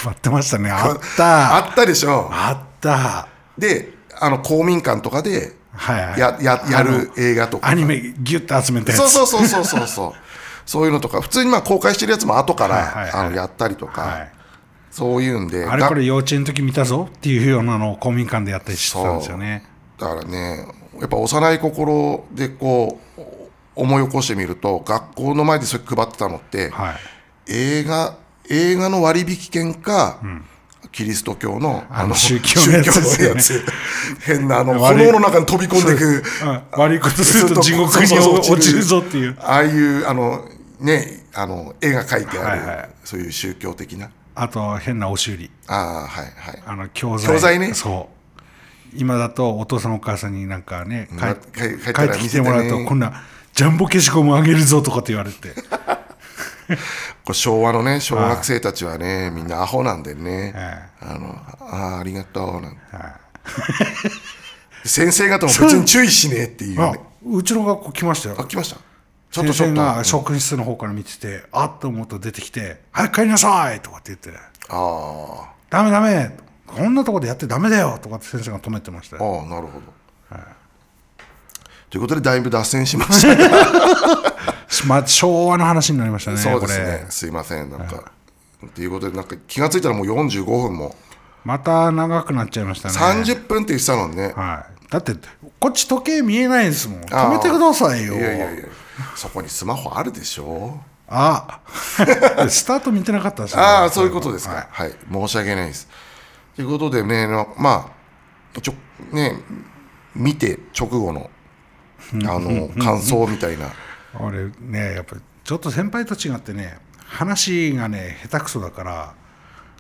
Speaker 2: 配ってましたねあったあ
Speaker 1: あったでしょ
Speaker 2: った
Speaker 1: であの公民館とかで
Speaker 2: はいはい
Speaker 1: やややる映画とか
Speaker 2: アニメギュッと集めたやつ
Speaker 1: そうそうそうそうそうそうそういうのとか普通にまあ公開してるやつも後から、
Speaker 2: はいはいはい
Speaker 1: あのやったりとか、
Speaker 2: はい
Speaker 1: そういうんで
Speaker 2: あれこれ幼稚園の時見たぞっていうようなのを公民館でやったりしてたんですよね
Speaker 1: だからねやっぱ幼い心でこう思い起こしてみると学校の前でそれ配ってたのって、
Speaker 2: はい
Speaker 1: 映画映画の割引券か、キリスト教の
Speaker 2: あの宗教のやつですよね
Speaker 1: 宗教のやつ変なあの
Speaker 2: 悪い
Speaker 1: 炎の中に飛び込んでいく
Speaker 2: うん悪いことすると地獄に落ちるぞっていう
Speaker 1: ああいうあのね、あの絵が描いてある、
Speaker 2: はいはい
Speaker 1: そういう宗教的な
Speaker 2: あと変な押し売り
Speaker 1: ああはいはい
Speaker 2: あの教材
Speaker 1: 教材ね
Speaker 2: そう今だとお父さんお母さんになんかね
Speaker 1: ん
Speaker 2: 帰っ
Speaker 1: 帰帰った
Speaker 2: 帰
Speaker 1: ら
Speaker 2: ってきてもらう
Speaker 1: 見せて
Speaker 2: と
Speaker 1: ね
Speaker 2: こんなジャンボ消しゴムあげるぞとかって言わ れて
Speaker 1: これ昭和のね小学生たちはねみんなアホなんでね、
Speaker 2: え
Speaker 1: あのあーありがとうなんて
Speaker 2: は
Speaker 1: 先生方も別に注意しねえっていう
Speaker 2: いあ
Speaker 1: ね
Speaker 2: うちの学校来ましたよ
Speaker 1: あ来ましたちょっと
Speaker 2: 先
Speaker 1: ちょ
Speaker 2: 生
Speaker 1: っと
Speaker 2: が
Speaker 1: あ
Speaker 2: 職員室の方から見ててあっと思うと出てきて「早く帰りなさい!」とかって言って
Speaker 1: あ
Speaker 2: 「ダメダメこんなとこでやってダメだよ!」とかって先生が止めてましたよ
Speaker 1: ああなるほど、ということでだいぶ脱線しましたね
Speaker 2: まあ昭和の話になりましたね
Speaker 1: そうです
Speaker 2: これ
Speaker 1: ねすいませんなんかということでなんか気がついたらもう45分も
Speaker 2: また長くなっちゃいましたね
Speaker 1: 30分って言ってたのにね
Speaker 2: はい、だってこっち時計見えないですもん
Speaker 1: あ
Speaker 2: 止
Speaker 1: ー
Speaker 2: めてください
Speaker 1: い
Speaker 2: よ
Speaker 1: やいやいやそこにスマホあるでしょ
Speaker 2: あ スタート見てなかったですね
Speaker 1: ああそういうことです
Speaker 2: は
Speaker 1: かはい、申し訳ないですということでねのまあちょね見て直後のあの感想みたいな
Speaker 2: 俺ねやっぱりちょっと先輩と違ってね話がね下手くそだから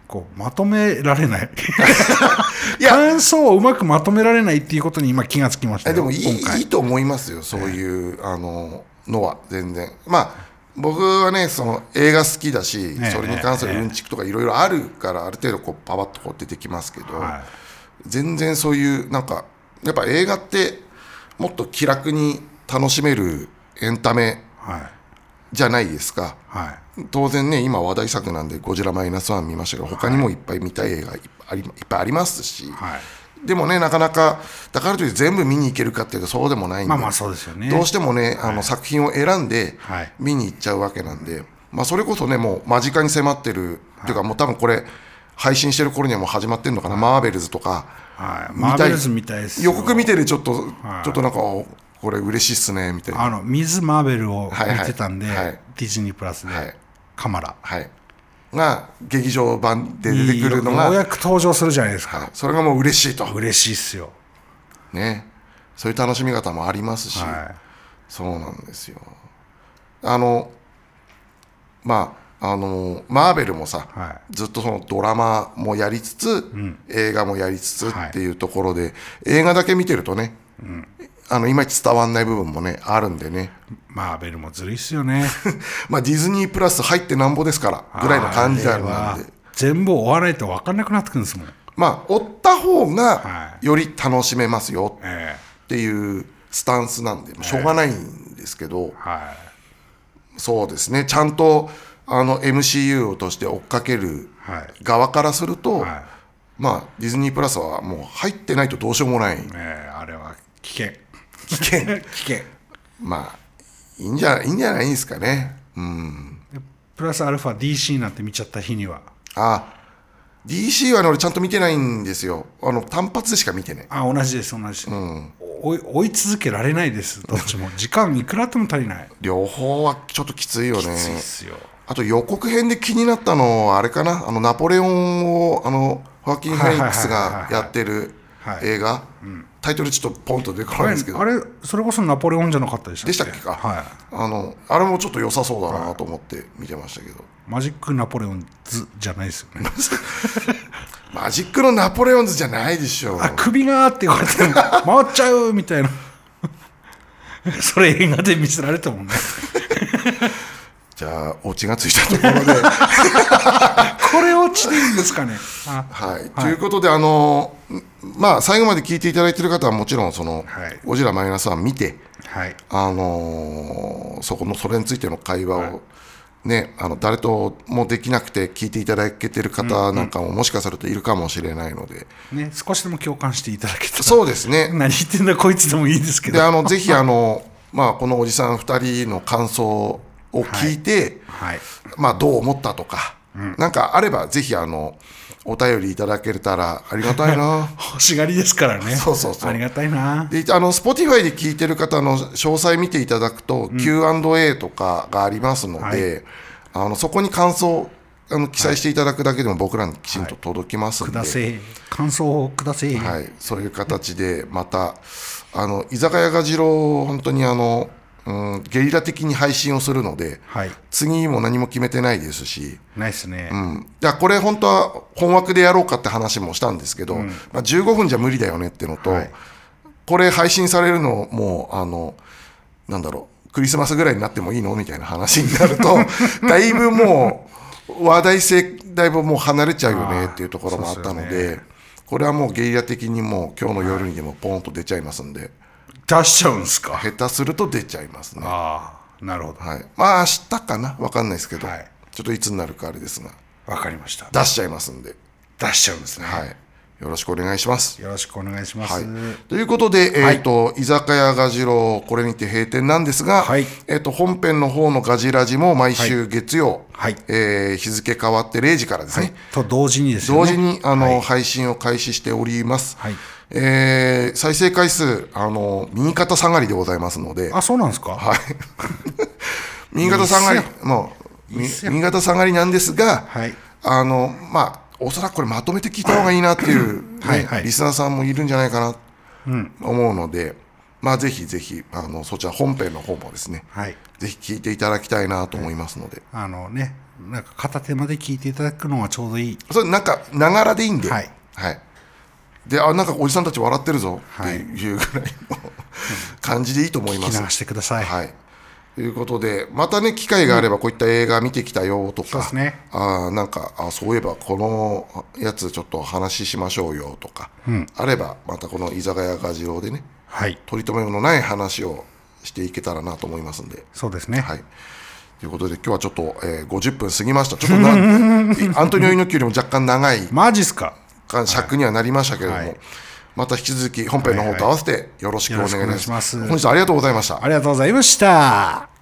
Speaker 2: こうまとめられない
Speaker 1: いや
Speaker 2: 感想をうまくまとめられないっていうことに今気がつきました
Speaker 1: え
Speaker 2: よ
Speaker 1: でもいい
Speaker 2: 今回
Speaker 1: いいと思いますよそういう、あののは全然まあ僕はねその映画好きだし、
Speaker 2: え
Speaker 1: それに関す
Speaker 2: え
Speaker 1: る
Speaker 2: え
Speaker 1: うんちくとかいろいろあるからある程度こうパパッとこう出てきますけど、
Speaker 2: は
Speaker 1: 全然そういうなんかやっぱ映画ってもっと気楽に楽しめるエンタメ
Speaker 2: はい
Speaker 1: じゃないですか
Speaker 2: はい
Speaker 1: 当然ね今話題作なんで「ゴジラマイナスワン見ましたけど他にもいっぱい見たい映画いっぱいありいっぱいありますし、
Speaker 2: はい
Speaker 1: でもねなかなかだからといって全部見に行けるかっていうとそうでもないんで、
Speaker 2: まあまあそうですよね
Speaker 1: どうしてもね、あの作品を選んで
Speaker 2: はい
Speaker 1: 見に行っちゃうわけなんで、まあ、それこそねもう間近に迫ってる、っていうかもう多分これ配信してる頃にはもう始まってるのかな、マーベルズとか
Speaker 2: はい、
Speaker 1: 見たい
Speaker 2: マーベルズみたいですよ
Speaker 1: 予告見てでちょっと、
Speaker 2: い
Speaker 1: ちょっとなんかおこれ嬉しいっすねみたいな
Speaker 2: あの水マーベルを
Speaker 1: はいはい
Speaker 2: 見てたんで、
Speaker 1: はい
Speaker 2: ディズニープラスで、
Speaker 1: はい
Speaker 2: カマラ
Speaker 1: はいが劇場版で出てくるの
Speaker 2: よう
Speaker 1: が
Speaker 2: やく登場するじゃないですか、
Speaker 1: はいそれがもう嬉しいと、
Speaker 2: 嬉しいっすよ
Speaker 1: ね、そういう楽しみ方もありますし、
Speaker 2: は
Speaker 1: そうなんですよ。あの、まあ、あの、マーベルもさ、
Speaker 2: いは
Speaker 1: ずっとそのドラマもやりつつ、映画もやりつつ
Speaker 2: はい
Speaker 1: っていうところで、映画だけ見てるとね、あの、いまいち伝わんない部分もね、あるんでね。
Speaker 2: いマーベルもずるいっすよね
Speaker 1: まあ、ディズニープラス入ってなんぼですから、ぐらいの感じなんで。
Speaker 2: あれは全部追わないと分かんなくなってくるんですもん、
Speaker 1: まあ、追った方
Speaker 2: は
Speaker 1: が、より楽しめますよ
Speaker 2: え
Speaker 1: っていうスタンスなんで、しょうがないんですけど、
Speaker 2: えは
Speaker 1: そうですね、ちゃんとあの MCU として追っかける
Speaker 2: はい
Speaker 1: 側からすると、
Speaker 2: い、はい
Speaker 1: まあ、ディズニープラスはもう入ってないとどうしようもない、
Speaker 2: ええあれは危険
Speaker 1: 危険、
Speaker 2: 危険
Speaker 1: まあいいんじゃ、いいんじゃないですかね。うん、
Speaker 2: プラスアルファ DC なんて見ちゃった日には
Speaker 1: あ DC はね、俺、ちゃんと見てないんですよ、あの単発でしか見てね、
Speaker 2: あ同じです同じです、追い追い続けられないですどっちも時間いくらあっても足りない
Speaker 1: 両方はちょっときついよね。
Speaker 2: きついっすよ
Speaker 1: あと予告編で気になったのはあれかなあのナポレオンをあのホアキン・フェニックスがやってる
Speaker 2: はい
Speaker 1: 映画タイトルちょっとポンと出てこな
Speaker 2: あ
Speaker 1: いん
Speaker 2: れ
Speaker 1: ですけど
Speaker 2: あれそれこそナポレオンじゃなかったでしたっけ
Speaker 1: でしたっけか、
Speaker 2: はい
Speaker 1: あのあれもちょっと良さそうだなと思って見てましたけど、
Speaker 2: マジックナポレオンズじゃないです よね。
Speaker 1: マジックのナポレオンズじゃないでしょう
Speaker 2: あ、首がーって言われて、回っちゃうみたいな。 それ映画で見せられたもんね。
Speaker 1: じゃあオチがついたところで は
Speaker 2: これ落ちていいんですかね。 あ
Speaker 1: い、ということであのまあ最後まで聞いていただいてる方はもちろんその
Speaker 2: はい
Speaker 1: 「ゴジラマイナスワン」見て
Speaker 2: はい。
Speaker 1: あのーそこのそれについての会話を、ね、あの誰ともできなくて聞いていただけてる方なんかももしかするといるかもしれないので、
Speaker 2: ね、少しでも共感していただけた ら。
Speaker 1: そうですね
Speaker 2: 何言ってんだこいつでもいいですけ
Speaker 1: で
Speaker 2: ど。
Speaker 1: あのぜひあの、まあ、このおじさん2人の感想を聞いて、
Speaker 2: はい。
Speaker 1: まあ、どう思ったとか、なんかあればぜひあのお便りいただけたらありがたい な
Speaker 2: 欲しがりですからね。
Speaker 1: そうそうそう
Speaker 2: ありがたいな。
Speaker 1: であの Spotify で聞いてる方の詳細見ていただくと、Q&A とかがありますので、あのそこに感想あの記載していただくだけでも僕らにきちんと届きます
Speaker 2: く
Speaker 1: んで、は
Speaker 2: だ
Speaker 1: い
Speaker 2: せえ。感想をくだせえ。
Speaker 1: そういう形でまたあの居酒屋がじろう本当にあの、ううん、ゲリラ的に配信をするので、
Speaker 2: はい。
Speaker 1: 次も何も決めてないですし、
Speaker 2: ないですね。
Speaker 1: うん、いやこれ本当は本枠でやろうかって話もしたんですけど、まあ、15分じゃ無理だよねっていうのと、
Speaker 2: はい
Speaker 1: これ配信されるのもうあのなんだろうクリスマスぐらいになってもいいのみたいな話になる とだいぶもう話題性だいぶもう離れちゃうよねっていうところもあったの
Speaker 2: あ
Speaker 1: で
Speaker 2: ーそうですよ
Speaker 1: これはもうゲリラ的にもう今日の夜にでもポンと出ちゃいますんで
Speaker 2: 出しちゃうんですか。
Speaker 1: 下手すると出ちゃいますね。
Speaker 2: ああ、なるほど。
Speaker 1: はい、まあ明日かな分かんないですけど、
Speaker 2: はい
Speaker 1: ちょっといつになるかあれですが
Speaker 2: わかりました。
Speaker 1: 出しちゃいますんで。
Speaker 2: 出しちゃうんですね。
Speaker 1: はい。よろしくお願いします。
Speaker 2: よろしくお願いします。
Speaker 1: はい。ということで、えっ、と、居酒屋ガジロこれにて閉店なんですが、
Speaker 2: はい
Speaker 1: えっ、と、本編の方のガジラジも毎週月曜、
Speaker 2: はい
Speaker 1: えー日付変わって0時からですね。
Speaker 2: と同時にですよ
Speaker 1: 同
Speaker 2: ね。
Speaker 1: 時に、あの、配信を開始しております。
Speaker 2: はい
Speaker 1: えー再生回数、あの、右肩下がりでございますので、
Speaker 2: あ、そうなんですか。
Speaker 1: はい。 右肩下がり
Speaker 2: いいっ、
Speaker 1: もう、
Speaker 2: いい
Speaker 1: み
Speaker 2: っすよ
Speaker 1: 右肩下がりなんですが、
Speaker 2: はい
Speaker 1: あの、まあ、おそらくこれまとめて聞いた方がいいなって いう、ね
Speaker 2: はいはい
Speaker 1: リスナーさんもいるんじゃないかな、思うので、まあ、ぜひぜひ、あの、そちら本編の方もですね、
Speaker 2: はい
Speaker 1: ぜひ聞いていただきたいなと思いますので、
Speaker 2: あのね、なんか片手まで聞いていただくのがちょうどいい。
Speaker 1: それなんか、ながらでいいんで、
Speaker 2: はい
Speaker 1: で、あ、なんかおじさんたち笑ってるぞっていうぐらいの 感じでいいと思いま
Speaker 2: 聞き
Speaker 1: す。
Speaker 2: 流してください。
Speaker 1: はい。ということで、またね、機会があれば、こういった映画見てきたよと
Speaker 2: そうで
Speaker 1: か、
Speaker 2: すね
Speaker 1: あーなんかあ、そういえばこのやつちょっと話しましょうよとか、あれば、またこの居酒屋ガジロでね、
Speaker 2: はい。
Speaker 1: 取り留めのない話をしていけたらなと思いますんで。
Speaker 2: そうですね。
Speaker 1: はい。ということで、今日はちょっと、えー50分過ぎました。ちょっと な、アントニオ猪木よりも若干長い
Speaker 2: マジっすか。
Speaker 1: か尺にはなりましたけれども、
Speaker 2: はい
Speaker 1: また引き続き本編の方と合わせてよろしくお願いいたします。
Speaker 2: はいはいよろし
Speaker 1: 本日
Speaker 2: くお願いします
Speaker 1: はありがとうございました。
Speaker 2: ありがとうございました。